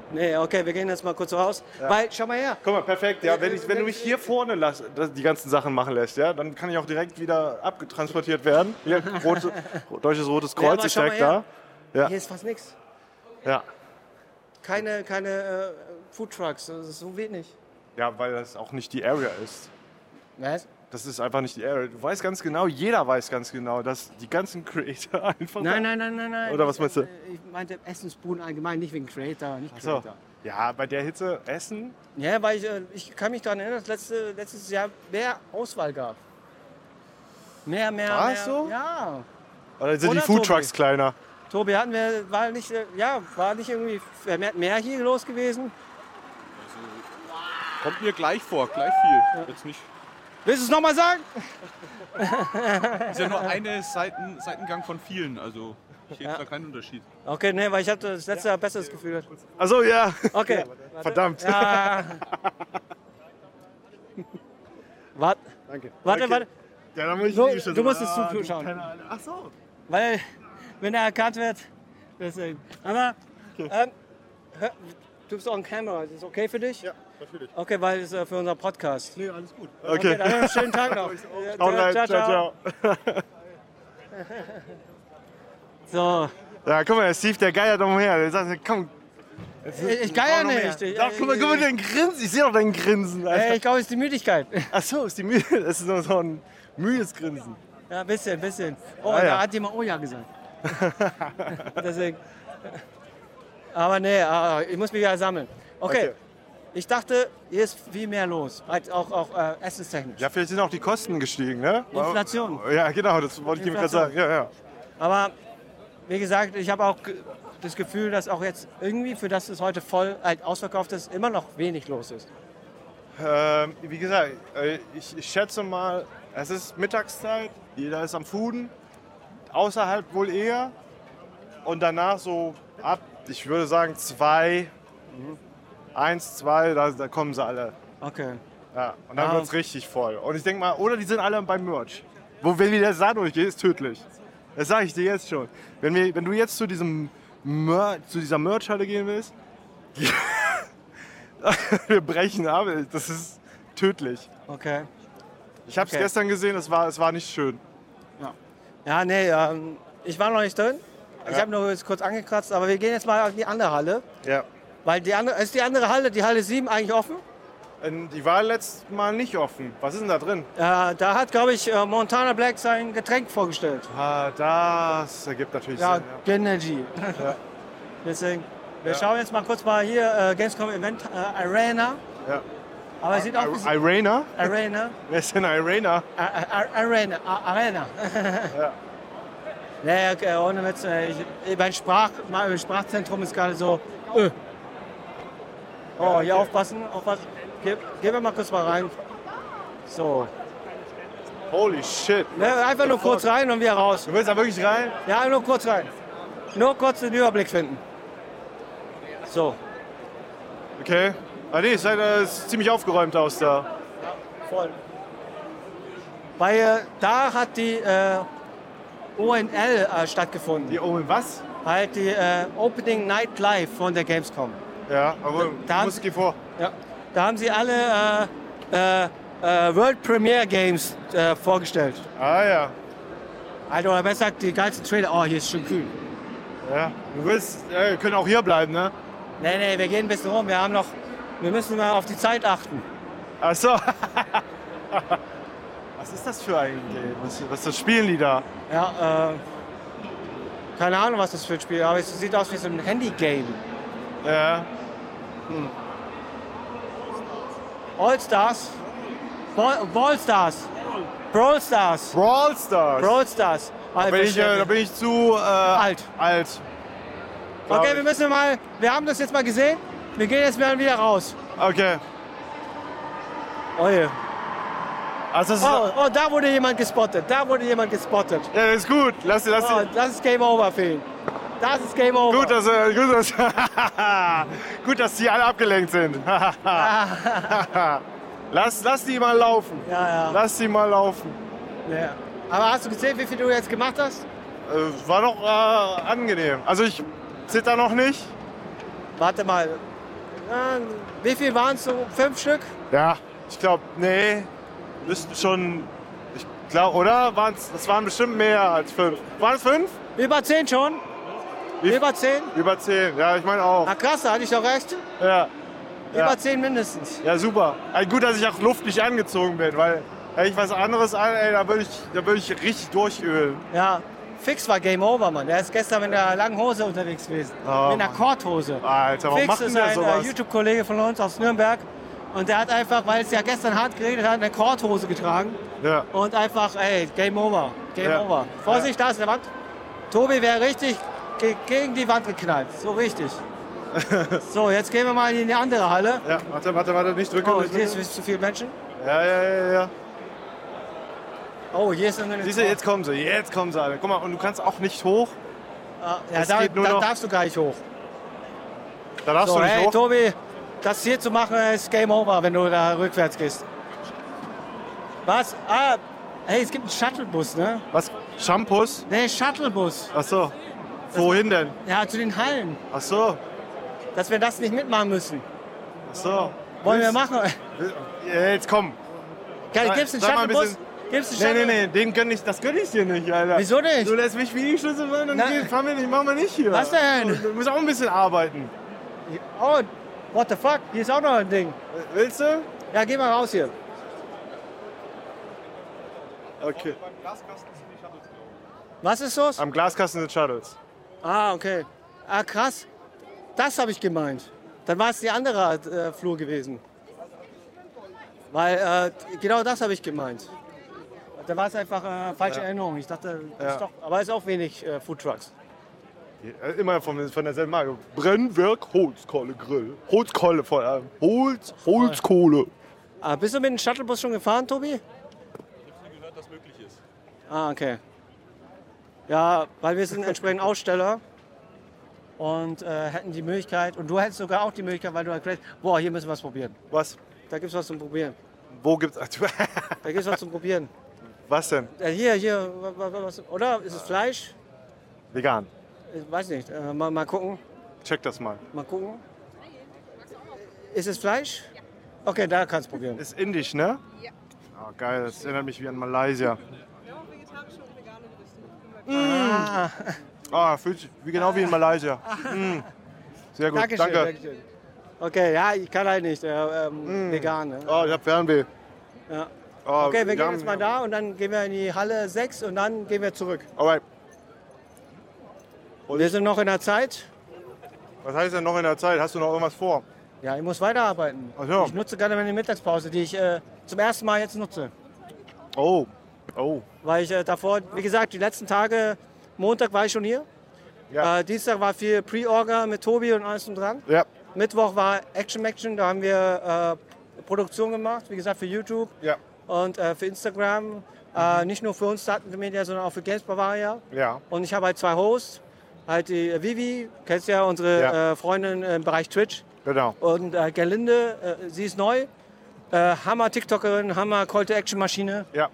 S4: Nee, okay, wir gehen jetzt mal kurz raus. Weil, schau mal her.
S2: Guck mal, perfekt. Ja, wenn, ich, wenn du mich hier vorne lass, das- die ganzen Sachen machen lässt, ja, dann kann ich auch direkt wieder abgetransportiert werden. Hier, rote, deutsches Rotes
S4: Ja,
S2: Kreuz
S4: aber
S2: ist
S4: schau mal
S2: direkt
S4: her.
S2: da. Ja.
S4: Hier ist fast nichts.
S2: Ja.
S4: Keine, keine äh, Foodtrucks, das ist so wenig.
S2: ja, weil das auch nicht die Area ist.
S4: Was?
S2: Das ist einfach nicht die Area. Du weißt ganz genau, jeder weiß ganz genau, dass die ganzen Creator [LAUGHS] einfach.
S4: Nein, nein, nein, nein, nein.
S2: Oder was meinst du?
S4: Ich, ich meinte Essensbuden allgemein, nicht wegen Creator, nicht
S2: So.
S4: Creator.
S2: Ja, bei der Hitze essen.
S4: Ja, weil ich, äh, ich kann mich daran erinnern, dass letzte, letztes Jahr mehr Auswahl gab. Mehr, mehr,
S2: War
S4: mehr.
S2: es so?
S4: Ja.
S2: Oder
S4: Oder
S2: sind Also die Foodtrucks
S4: Tobi.
S2: kleiner?
S4: Tobi, hatten wir, war nicht, äh, ja, war nicht irgendwie vermehrt mehr hier los gewesen?
S7: Kommt mir gleich vor, gleich viel. Jetzt nicht.
S4: Willst du es nochmal sagen?
S7: Ist ja nur eine Seiten, Seitengang von vielen, also ich sehe da keinen Unterschied.
S4: Okay, nee, weil ich hatte das letzte Jahr besseres Gefühl.
S2: Achso, Also, ja.
S4: Okay. [LAUGHS]
S2: Verdammt.
S4: Ja. Warte,
S2: Danke.
S4: warte,
S2: Okay.
S4: warte.
S2: Ja, dann muss ich
S4: So,
S2: in die Schüssel.
S4: du musst es
S2: Ah,
S4: zuschauen.
S2: du Penner, Alter. Ach so.
S4: Weil, wenn er erkannt wird, deswegen. Aber, ähm, hör, du bist auch ein Camera, ist das okay für dich? Ja, natürlich. Okay, weil es ist äh, für unseren Podcast. Nee, alles gut. Okay,
S2: Okay.
S4: dann einen schönen Tag [LAUGHS] noch.
S2: Haut rein. Ciao, ciao.
S4: So,
S2: Ja, guck mal, der Steve, der geiert umher. Der sagt, komm,
S4: ich, ich geier
S2: noch mehr.
S4: nicht. Ich,
S2: Doch, guck mal, guck mal, dein Grinsen. Ich sehe doch dein Grinsen.
S4: Äh,
S2: Alter.
S4: ich glaube, es ist die Müdigkeit.
S2: Ach so, ist die müde. [LAUGHS] Das ist nur so ein müdes Grinsen.
S4: Ja, ein bisschen, ein bisschen. Oh,
S2: Ah,
S4: da
S2: ja.
S4: hat jemand Oh ja
S2: [LAUGHS]
S4: gesagt. Deswegen. Aber nee, ah, ich muss mich ja sammeln. Okay.
S2: Okay.
S4: Ich dachte, hier ist viel mehr los. Halt auch, auch äh, essenstechnisch.
S2: Ja, vielleicht sind auch die Kosten gestiegen, ne?
S4: Inflation.
S2: Ja, genau, das wollte ich dir gerade sagen. Ja, ja.
S4: Aber wie gesagt, ich habe auch ge- das Gefühl, dass auch jetzt irgendwie, für das es heute voll halt ausverkauft ist, immer noch wenig los ist.
S2: Ähm, wie gesagt, äh, ich, ich schätze mal, es ist Mittagszeit, jeder ist am Fuden, außerhalb wohl eher. Und danach so ab, ich würde sagen, zwei, eins, zwei, da, da kommen sie alle.
S4: Okay.
S2: Ja, und dann
S4: Ah.
S2: wird's richtig voll. Und ich denke mal, oder die sind alle beim Merch. Wo, wenn wieder Sand durchgeht, ist tödlich. Das sage ich dir jetzt schon. Wenn, wir, wenn du jetzt zu, diesem Mer zu dieser Merch-Halle gehen willst, [LAUGHS] wir brechen ab. ey. Das ist tödlich.
S4: Okay.
S2: Ich habe es
S4: Okay.
S2: gestern gesehen, es war, es war nicht schön.
S4: Ja, nee, ähm, ich war noch nicht drin. Ich habe nur jetzt kurz angekratzt, aber wir gehen jetzt mal in die andere Halle.
S2: Ja.
S4: Weil die andere, ist die andere Halle, die Halle 7, eigentlich offen?
S2: Die war letztes Mal nicht offen. Was ist denn da drin?
S4: Äh, da hat, glaube ich, äh, Montana Black sein Getränk vorgestellt.
S2: Ah, das ergibt natürlich
S4: Ja,
S2: Sinn.
S4: Energy. Deswegen, wir schauen jetzt mal kurz mal hier äh, Gamescom Event äh, Arena.
S2: Ja. Ja.
S4: Aber es sieht auch ein bisschen...
S2: Irena?
S4: Arena?
S2: Wer ist denn Irena?
S4: A- A- Arena. A- Arena. [LAUGHS]
S2: Ja.
S4: Nee, okay, ohne Witz. äh, Ich, mein, Sprach, mein Sprachzentrum ist gerade so... Ö. Oh, hier aufpassen, aufpassen. Geh, gehen wir mal kurz mal rein. So.
S2: Holy shit.
S4: Ne, einfach nur kurz rein und wieder raus.
S2: Du willst da wirklich rein?
S4: Ja, nur kurz rein. Nur kurz den Überblick finden. So.
S2: Okay. Ah nee, es sieht äh, es sieht ziemlich aufgeräumt aus da.
S4: Voll. Weil äh, da hat die äh, ONL äh, stattgefunden.
S2: Die oben was?
S4: Halt die äh, Opening Night Live von der Gamescom.
S2: Ja, aber
S4: Da-
S2: da muss geh vor.
S4: Ja. Da haben sie alle äh, äh, äh, World Premiere Games äh, vorgestellt.
S2: Ah ja.
S4: Also, oder besser gesagt, die geilsten Trailer. Oh, hier ist schon kühl.
S2: ja. Du willst, äh, wir können auch hier bleiben, ne?
S4: Nee, nee, wir gehen ein bisschen rum. Wir haben noch. Wir müssen mal auf die Zeit achten.
S2: Ach so. [LAUGHS] was ist das für ein Game? Was, was das spielen die da?
S4: Ja, äh, keine Ahnung, was das für ein Spiel ist, aber es sieht aus wie so ein Handy-Game.
S2: Ja.
S4: All-Stars, Ball- Ballstars, Brawl-Stars,
S2: Brawl Stars.
S4: Brawl-Stars.
S2: da, bin ich, äh, da bin ich zu äh, alt. Alt. glaub
S4: okay,
S2: ich.
S4: wir müssen mal, wir haben das jetzt mal gesehen, wir gehen jetzt mal wieder raus.
S2: Okay.
S4: Oh, je.
S2: Also das ist,
S4: oh, oh, da wurde jemand gespottet, da wurde jemand gespottet.
S2: ja, das ist gut. Lass dir, lass
S4: Oh,
S2: dir.
S4: das ist Game Over, Phil. Das ist Game Over.
S2: Gut, dass, äh, gut, dass, [LAUGHS] gut, dass die alle abgelenkt sind. [LAUGHS] lass, lass die mal laufen.
S4: Ja, ja.
S2: Lass die mal laufen.
S4: ja. Aber hast du gesehen, wie viel du jetzt gemacht hast?
S2: Äh, war doch äh, angenehm. Also ich zitter noch nicht.
S4: Warte mal. Ah, Wie viel waren es so? Fünf Stück?
S2: Ja, ich glaube, nee, müssten schon, ich glaube, oder? Waren's, das waren bestimmt mehr als fünf. Waren es fünf?
S4: Über zehn schon?
S2: Wie-
S4: Über zehn?
S2: Über zehn, ja, ich meine auch.
S4: Na krass, da hatte ich doch recht.
S2: Ja, Ja.
S4: Über zehn mindestens.
S2: ja, super. Also gut, dass ich auch luftlich angezogen bin, weil hätte ich was anderes an, ey, da würde ich, da würd ich richtig durchölen.
S4: Ja. Fix war Game Over, Mann. Der ist gestern mit einer langen Hose unterwegs gewesen.
S2: Oh,
S4: mit einer
S2: Mann.
S4: Korthose.
S2: Alter, warum
S4: Fix
S2: macht denn
S4: ist
S2: der
S4: ein äh,
S2: sowas?
S4: YouTube-Kollege von uns aus Nürnberg. Und der hat einfach, weil es ja gestern hart geregnet hat, eine Korthose getragen.
S2: Ja.
S4: Und einfach, ey, Game Over. Game
S2: Ja.
S4: Over. Vorsicht, da ist eine Wand. Tobi wäre richtig ge gegen die Wand geknallt. So
S2: [LAUGHS]
S4: richtig. so, jetzt gehen wir mal in die andere Halle.
S2: ja, warte, warte, warte, nicht drücken.
S4: Oh,
S2: nicht
S4: hier
S2: drücken.
S4: ist zu viel Menschen.
S2: Ja, ja, ja, ja.
S4: Oh, hier ist eine
S2: Siehst du, jetzt kommen sie, jetzt kommen sie alle. Guck mal, und du kannst auch nicht hoch.
S4: Ah, Ja,
S2: Es
S4: da,
S2: geht nur
S4: da
S2: noch-
S4: darfst du gar nicht hoch.
S2: Da darfst
S4: So,
S2: du nicht
S4: hey,
S2: hoch.
S4: Tobi, das hier zu machen ist Game Over, wenn du da rückwärts gehst. Was? Ah, hey, es gibt einen Shuttlebus, ne?
S2: Was? Shampoos?
S4: Ne, Shuttlebus.
S2: Ach so. Wohin denn?
S4: Ja, zu den Hallen.
S2: Ach so.
S4: Dass wir das nicht mitmachen müssen.
S2: Ach so.
S4: Wollen wir
S2: Willst-
S4: machen?
S2: Ja, Jetzt komm.
S4: Geil,
S2: Sag-
S4: gibt's einen
S2: sag mal ein
S4: Shuttlebus?
S2: bisschen-
S4: Gibt's einen
S2: Nee, nee,
S4: Shuttlebus?
S2: nee, den gönn ich, das gönn ich dir nicht, Alter.
S4: Wieso nicht?
S2: Du lässt mich wie die Schlüssel sein und
S4: Na-
S2: geh, fahren wir nicht, machen wir nicht hier.
S4: Was denn?
S2: Du, du musst auch ein bisschen arbeiten.
S4: Oh, what the fuck? Hier ist auch noch ein Ding.
S2: Willst du?
S4: Ja, geh mal raus hier.
S2: Okay.
S4: Was ist los?
S2: Am Glaskasten sind Shuttles.
S4: Ah, okay. Ah, krass. Das habe ich gemeint. Dann war es die andere äh, Flur gewesen. Weil äh, genau das habe ich gemeint. Da war es einfach äh, falsche Erinnerung. Ich dachte, das ist
S2: Ja.
S4: doch, aber es ist auch wenig äh, Foodtrucks.
S2: Äh, Immer von, von derselben Marke. Brennwerk Holzkohle Grill. Holzkohle vor allem. Holz, Holzkohle.
S4: Ah, bist du mit dem Shuttlebus schon gefahren, Tobi? Ich habe gehört, dass möglich ist. Ah, okay. Ja, weil wir sind [LAUGHS] entsprechend Aussteller und äh, hätten die Möglichkeit, und du hättest sogar auch die Möglichkeit, weil du erklärst, boah, hier müssen wir was probieren.
S2: Was?
S4: Da gibt es was zum Probieren.
S2: Wo gibt's. [LAUGHS] Ach, du-
S4: Da gibt es was zum Probieren.
S2: Was denn?
S4: Äh, hier, hier, wa- wa- wa- was, oder? Ist es Fleisch?
S2: Vegan.
S4: Ich weiß nicht. Äh, mal, mal gucken.
S2: Check das mal.
S4: Mal gucken. Ist es Fleisch? Okay, da kannst du probieren.
S2: Ist indisch, ne? Ja. Oh, geil, das erinnert mich wie an Malaysia.
S4: Ah,
S2: Ah, fühlt sich wie genau wie in Malaysia. Mm. Sehr gut,
S4: Dankeschön,
S2: danke.
S4: Dankeschön. Okay, ja, ich kann halt nicht. Äh, ähm, Vegan. Ne?
S2: Oh, ich hab Fernweh.
S4: Ja.
S2: Oh,
S4: Okay, wir gehen
S2: haben-
S4: jetzt mal da und dann gehen wir in die Halle 6 und dann gehen wir zurück.
S2: Alright.
S4: wir sind noch in der Zeit.
S2: Was heißt denn noch in der Zeit? Hast du noch irgendwas vor?
S4: Ja, ich muss weiterarbeiten.
S2: Ach ja.
S4: Ich nutze gerade meine Mittagspause, die ich äh, zum ersten Mal jetzt nutze.
S2: Oh. Oh.
S4: Weil ich äh, davor, wie gesagt, die letzten Tage, Montag war ich schon hier.
S2: Ja.
S4: Äh, Dienstag war viel Pre-Orga mit Tobi und alles und dran.
S2: Ja.
S4: Mittwoch war Action Action, da haben wir äh, Produktion gemacht, wie gesagt, für YouTube
S2: Ja.
S4: und äh, für Instagram. Äh, nicht nur für uns Daten Media, sondern auch für Games Bavaria.
S2: Ja.
S4: Und ich habe halt zwei Hosts, halt die äh, Vivi, kennst ja unsere
S2: Ja.
S4: Äh, Freundin im Bereich Twitch.
S2: Genau.
S4: Und äh, Gerlinde, äh, sie ist neu. Äh, Hammer TikTokerin, Hammer Call to Action Maschine.
S2: Ja.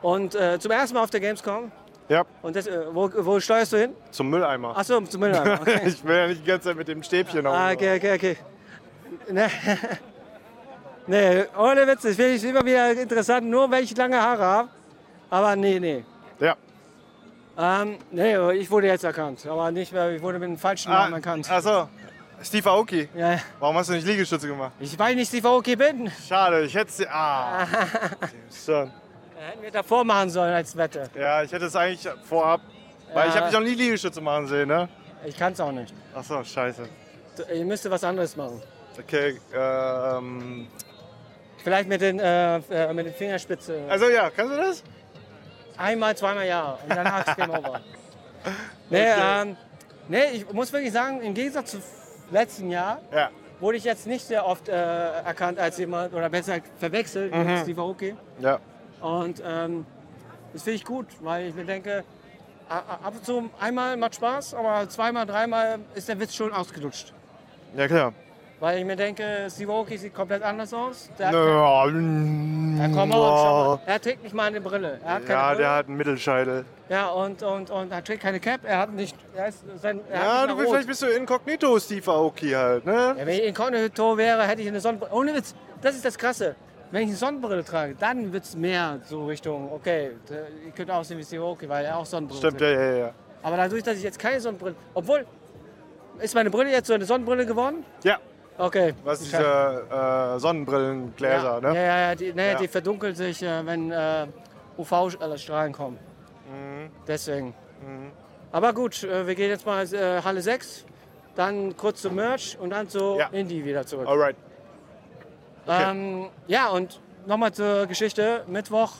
S4: Und äh, zum ersten Mal auf der Gamescom.
S2: Ja.
S4: Und das, äh, wo, wo steuerst du hin?
S2: Zum Mülleimer.
S4: Achso, zum Mülleimer. Okay.
S2: [LAUGHS] Ich will ja nicht die ganze Zeit mit dem Stäbchen
S4: ah,
S2: auf.
S4: okay, okay, okay. Ne. [LAUGHS] Nee, ohne Witz, das finde ich immer wieder interessant, nur wenn ich lange Haare habe. Aber nee, nee.
S2: Ja.
S4: Ähm, nee, ich wurde jetzt erkannt. Aber nicht mehr, ich wurde mit dem falschen Namen erkannt.
S2: Achso. Ah, Steve Aoki.
S4: Ja,
S2: Warum hast du nicht Liegestütze gemacht?
S4: ich weiß nicht, wie okay bin.
S2: Schade, ich hätte sie.
S4: [LAUGHS]
S2: Ah. Schon.
S4: Hätten wir davor machen sollen als Wette.
S2: Ja, ich hätte es eigentlich vorab. Weil ich
S4: Ja.
S2: habe dich noch nie Liegestütze machen sehen, ne?
S4: Ich kann es auch nicht.
S2: Achso, scheiße.
S4: Ihr müsst was anderes machen.
S2: Okay, ähm.
S4: Vielleicht mit den, äh, äh, mit den Fingerspitzen.
S2: Also ja, kannst du das?
S4: Einmal, zweimal ja. Und danach ist Game Over. Nee,
S2: Okay.
S4: ähm, nee, ich muss wirklich sagen, im Gegensatz zu letzten Jahr
S2: Ja.
S4: wurde ich jetzt nicht sehr oft äh, erkannt als jemand, oder besser gesagt, verwechselt mit Steve Aoki.
S2: Ja.
S4: Und ähm, das finde ich gut, weil ich mir denke, a- a- ab und zu einmal macht Spaß, aber zweimal, dreimal ist der Witz schon ausgelutscht.
S2: Ja, klar.
S4: Weil ich mir denke, Steve Aoki sieht komplett anders aus. Der hat
S2: Ja,
S4: Ja, komm mal, schau mal. Er trägt nicht mal eine Brille. Er hat keine
S2: ja
S4: Brille.
S2: der hat einen Mittelscheitel.
S4: ja und, und, und er trägt keine Cap. Er hat nicht. Er ist sein. Er
S2: Ja,
S4: hat
S2: du
S4: nicht
S2: bist,
S4: mal
S2: vielleicht
S4: rot.
S2: bist du inkognito Steve Aoki halt, ne?
S4: Ja, wenn ich inkognito wäre, hätte ich eine Sonnenbrille. Ohne Witz. Das ist das Krasse. Wenn ich eine Sonnenbrille trage, dann wird es mehr so Richtung, okay, der- ihr könnt aussehen wie Steve Aoki, weil er auch Sonnenbrille
S2: Stimmt, ja,
S4: trägt.
S2: ja, ja.
S4: Aber dadurch, dass ich jetzt keine Sonnenbrille. Obwohl, ist meine Brille jetzt so eine Sonnenbrille geworden?
S2: Ja,
S4: Okay.
S2: was
S4: Ich-
S2: diese äh, Sonnenbrillengläser,
S4: ja,
S2: ne?
S4: Ja, ja, ja, die, nee,
S2: Ja.
S4: die verdunkelt sich, äh, wenn äh, UV-Strahlen kommen.
S2: Mhm.
S4: Deswegen. Aber gut, äh, wir gehen jetzt mal äh, Halle 6, dann kurz zum Merch und dann zu
S2: Ja.
S4: Indie wieder zurück.
S2: Alright. okay.
S4: Ähm, ja, und nochmal zur Geschichte. Mittwoch,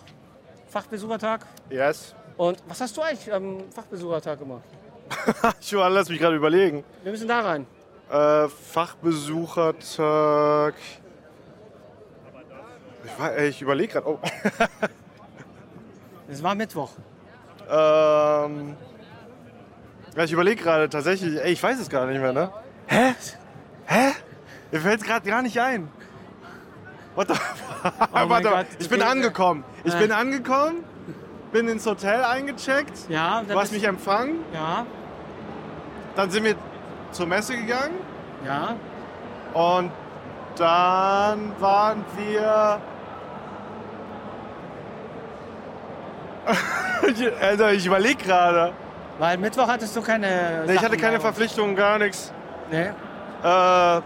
S4: Fachbesuchertag.
S2: Yes.
S4: Und was hast du eigentlich am Fachbesuchertag gemacht?
S2: Schuhe, lass mich gerade überlegen.
S4: Wir müssen da rein.
S2: Äh, Fachbesuchertag. Ich, wei- ey, ich überlege gerade. Oh. [LAUGHS]
S4: Es war Mittwoch.
S2: Ähm, ja, ich überlege gerade tatsächlich. Ey, ich weiß es gar nicht mehr, ne? Hä? Hä? Mir fällt es gerade gar nicht ein. What the [LAUGHS]
S4: Oh mein
S2: Warte,
S4: Gott,
S2: ich
S4: du
S2: bin
S4: gehst-
S2: angekommen. Ich
S4: Ah.
S2: bin angekommen, bin ins Hotel eingecheckt,
S4: Ja,
S2: du hast mich empfangen,
S4: Ja,
S2: dann sind wir zur Messe gegangen
S4: ja.
S2: und dann waren wir. [LAUGHS] also, ich überlege gerade.
S4: Weil Mittwoch hattest du keine.
S2: Nee, ich hatte
S4: Sachen
S2: keine
S4: bei uns.
S2: Verpflichtungen, gar nichts.
S4: Nee.
S2: Äh,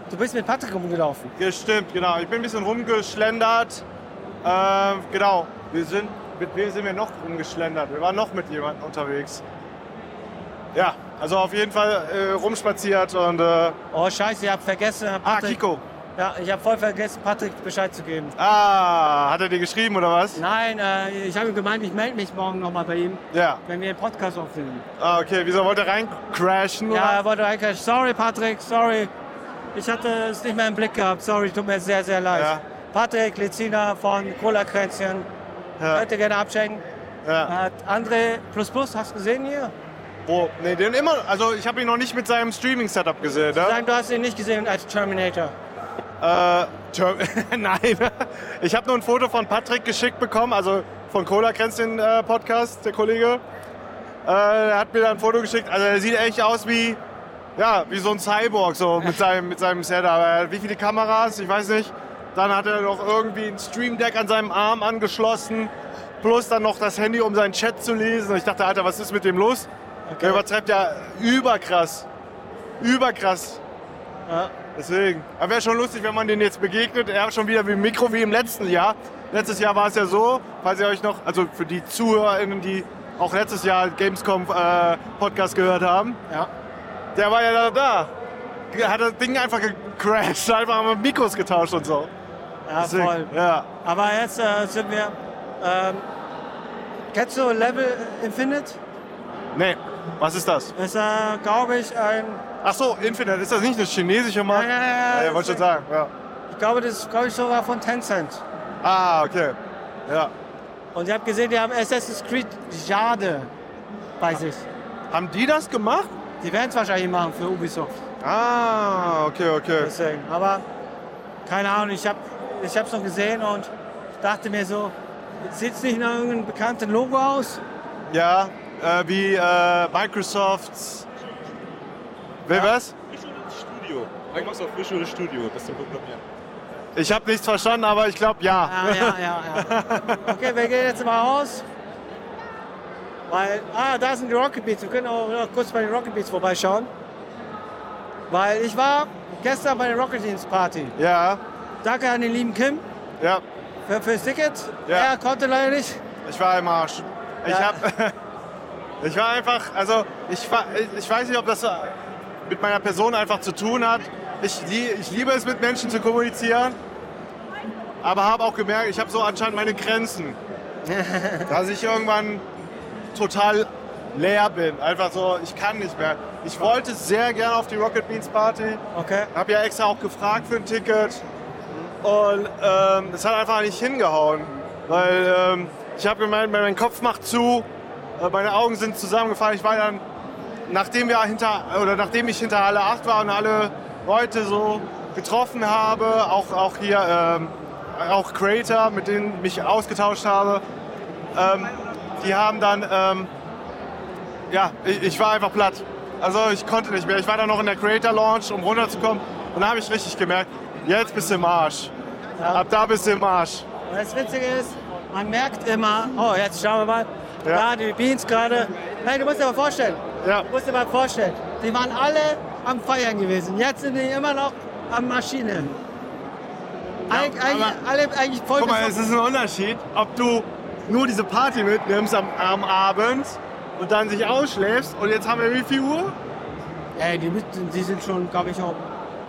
S4: Du bist mit Patrick rumgelaufen.
S2: gestimmt, genau. Ich bin ein bisschen rumgeschlendert. Äh, genau. Wir sind, mit wem sind wir noch rumgeschlendert? Wir waren noch mit jemandem unterwegs. Ja, also auf jeden Fall äh, rumspaziert und. Äh,
S4: Oh Scheiße, ich hab vergessen. Patrick,
S2: ah, Kiko.
S4: Ja, ich hab voll vergessen, Patrick Bescheid zu geben.
S2: Ah, hat er dir geschrieben oder was?
S4: Nein, äh, ich habe ihm gemeint, ich melde mich morgen nochmal bei ihm,
S2: Ja.
S4: wenn wir den Podcast aufnehmen.
S2: Ah, okay. Wieso wollte er reincrashen?
S4: Ja,
S2: oder?
S4: er wollte eigentlich. Sorry, Patrick, sorry. Ich hatte es nicht mehr im Blick gehabt. Sorry, tut mir sehr, sehr leid.
S2: Ja.
S4: Patrick Lezina von Cola Kränzchen.
S2: Ja.
S4: Könnt ihr gerne abschenken.
S2: ja.
S4: Äh, André Plus Plus, hast du gesehen hier?
S2: Wo? Nee, den immer. Also, ich habe ihn noch nicht mit seinem Streaming-Setup gesehen, ne?
S4: Sagen, du hast ihn nicht gesehen als Terminator.
S2: Äh, Term [LAUGHS] Nein. Ich habe nur ein Foto von Patrick geschickt bekommen, also von Cola Grenz den äh, Podcast, der Kollege. Äh, er hat mir da ein Foto geschickt. Also er sieht echt aus wie, ja, wie so ein Cyborg, so mit seinem, mit seinem Set. Aber er hat wie viele Kameras? Ich weiß nicht. Dann hat er noch irgendwie ein Stream Deck an seinem Arm angeschlossen. Plus dann noch das Handy, um seinen Chat zu lesen. Und ich dachte, Alter, was ist mit dem los? Der übertreibt ja überkrass. Überkrass.
S4: Ja.
S2: Deswegen. Aber wäre schon lustig, wenn man den jetzt begegnet. Er hat schon wieder wie ein Mikro wie im letzten Jahr. Letztes Jahr war es ja so, falls ihr euch noch, also für die ZuhörerInnen, die auch letztes Jahr Gamescom äh, Podcast gehört haben,
S4: Ja.
S2: der war ja da. da. hat das Ding einfach gecrashed, einfach haben wir Mikros getauscht und so.
S4: Ja,
S2: Sick.
S4: voll.
S2: Ja.
S4: Aber jetzt äh, sind wir. Ähm, kennst du Level Infinite?
S2: Nee, was ist das?
S4: Ist, äh, glaube ich, ein.
S2: Ach so, Infinite, ist das nicht eine chinesische Marke?
S4: Ja, ja, ja,
S2: ja, ja wollte schon
S4: deswegen.
S2: sagen. Ja.
S4: Ich glaube, das ist, glaube ich, sogar von Tencent.
S2: Ah, okay. Ja.
S4: Und ich habe gesehen, die haben Assassin's Creed Jade bei sich.
S2: Haben die das gemacht?
S4: Die werden es wahrscheinlich machen für Ubisoft.
S2: Ah, okay, okay.
S4: Deswegen. Aber keine Ahnung, ich habe es noch gesehen und dachte mir so, sieht es nicht nach irgendeinem bekannten Logo aus?
S2: Ja, äh, wie äh, Microsofts. Wer was?
S8: Visual Studio. Microsoft Visual Studio, das ist ein Programmieren.
S2: Ich habe nichts verstanden, aber ich glaube ja.
S4: Ja, ja, ja, ja. Okay, wir gehen jetzt mal raus. Weil, ah, da sind die Rocket Beats. Wir können auch noch kurz bei den Rocket Beats vorbeischauen. Weil ich war gestern bei der Rocket Beats Party.
S2: Ja,
S4: Danke an den lieben Kim
S2: ja.
S4: für, fürs Ticket.
S2: Ja.
S4: Er konnte leider nicht.
S2: Ich war im Arsch. Ich
S4: Ja.
S2: hab. [LAUGHS] Ich war einfach, also ich, war, ich weiß nicht, ob das mit meiner Person einfach zu tun hat. Ich, lie- ich liebe es, mit Menschen zu kommunizieren, aber habe auch gemerkt, ich habe so anscheinend meine Grenzen, dass ich irgendwann total leer bin. Einfach so, ich kann nicht mehr. Ich wollte sehr gerne auf die Rocket Beans Party,
S4: Okay.
S2: habe ja extra auch gefragt für ein Ticket und ähm, es hat einfach nicht hingehauen, weil ähm, ich habe gemeint, mein mein Kopf macht zu, äh, meine Augen sind zusammengefallen. Ich war dann, nachdem wir hinter oder nachdem ich hinter Halle 8 war und alle Leute so getroffen habe, auch, auch hier ähm, auch Creator, mit denen ich mich ausgetauscht habe, ähm, die haben dann ähm, ja, ich, ich war einfach platt. Also ich konnte nicht mehr. Ich war dann noch in der Creator Launch, um runterzukommen. Und da habe ich richtig gemerkt, jetzt bist du im Arsch. Ab da bist du im Arsch.
S4: Und das Witzige ist, man merkt immer, oh, jetzt schauen wir mal,
S2: Ja.
S4: da die Beans gerade. Hey, du musst dir mal vorstellen,
S2: Ja.
S4: du musst dir mal vorstellen, die waren alle am Feiern gewesen. Jetzt sind die immer noch am Maschinen. Eig eigentlich, alle eigentlich voll
S2: Guck mal, es
S4: besoffen.
S2: ist ein Unterschied, ob du nur diese Party mitnimmst am, am Abend und dann sich ausschläfst. Und jetzt haben wir wie viel Uhr?
S4: Ey, die, müssen- die sind schon, glaube ich, um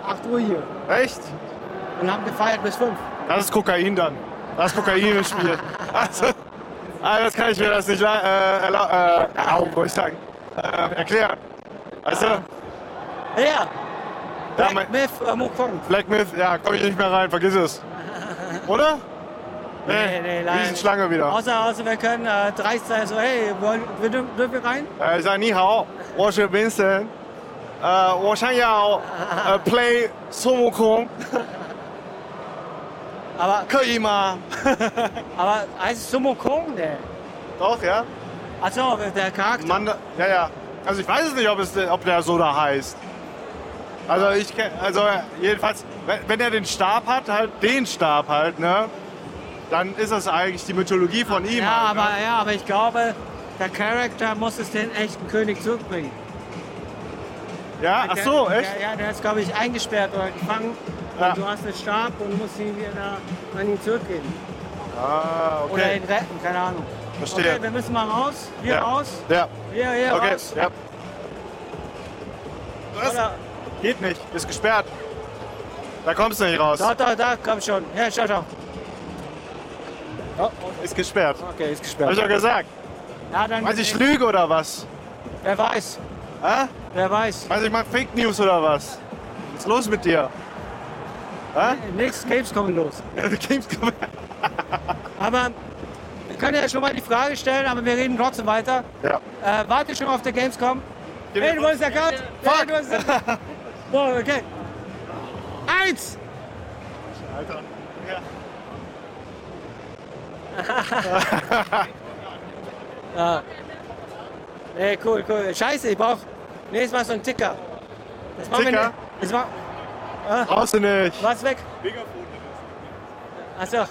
S4: 8 Uhr hier
S2: Echt?
S4: und haben gefeiert bis 5.
S2: Das ist Kokain dann. Das ist Kokain im [LAUGHS] Spiel. Also, also das kann ich mir das nicht la- äh, erlau- äh, erlauben, wollte ich sagen. Äh, erklären. Also,
S4: Ja,
S2: ja,
S4: Black
S2: mein,
S4: Myth äh, Mukong.
S2: Black Myth, ja, komm ich nicht mehr rein, vergiss es. Oder?
S4: Nee, nee, leider
S2: Riesenschlange wieder.
S4: Außer, außer wir können äh, dreist sein, so, hey, wollen, wir dürfen dürfen wir rein?
S2: Äh, ich sag Ni Hao, 我是 Vincent. Äh, 我想要呃 Äh, play 孙悟空，
S4: Aber,
S2: 可以吗？
S4: aber heißt es Sumo Kong? Nee.
S2: Doch, ja.
S4: Achso, der Charakter.
S2: Manda ja, ja. Also ich weiß es nicht, ob, es, ob der so da heißt. Also ich kenn- also jedenfalls, wenn- wenn er den Stab hat, halt den Stab halt, ne? Dann ist das eigentlich die Mythologie von ihm.
S4: ja,
S2: halt,
S4: aber,
S2: ne?
S4: ja, aber ich glaube, der Charakter muss es den echten König zurückbringen.
S2: ja. Ach so,
S4: der,
S2: echt? Ah.
S4: Der, ja, der ist, glaube ich, eingesperrt oder gefangen.
S2: Ja.
S4: Und du hast einen Stab und musst ihn wieder an ihn zurückgeben.
S2: Ah, okay.
S4: Oder ihn retten, keine Ahnung.
S2: Verstehe.
S4: Okay, wir müssen mal raus. Hier
S2: ja.
S4: raus.
S2: Ja.
S4: Hier, hier
S2: Okay.
S4: raus.
S2: Ja. Was?
S4: Oder,
S2: Geht nicht, ist gesperrt. Da kommst du nicht raus.
S4: da, da, da, komm schon. Ja, schau, schau.
S2: Ist gesperrt.
S4: Okay, ist
S2: Hab
S4: gesperrt.
S2: ich doch gesagt.
S4: Na, dann, äh,
S2: Meinst du, Also, ich lüge oder was?
S4: wer weiß,
S2: Hä?
S4: wer weiß.
S2: Meinst du, ich mach Fake News oder was? Was ist los mit dir? Hä?
S4: Nächstes Games kommen los.
S2: Gamescom.
S4: Aber wir können ja schon mal die Frage stellen, aber wir reden trotzdem weiter.
S2: Ja.
S4: Äh, wart ihr schon auf der Gamescom? Hey, du wolltest ja gerade. Fuck! Du wolltest ja- so, okay. Eins! [LAUGHS] Alter. Ja. Ey, cool, cool. Scheiße, ich brauch nächstes Mal so einen Ticker. Das machen wir
S2: Ticker?
S4: nicht. Das war,
S2: Brauchst du nicht.
S4: was weg? Megafon. Achso.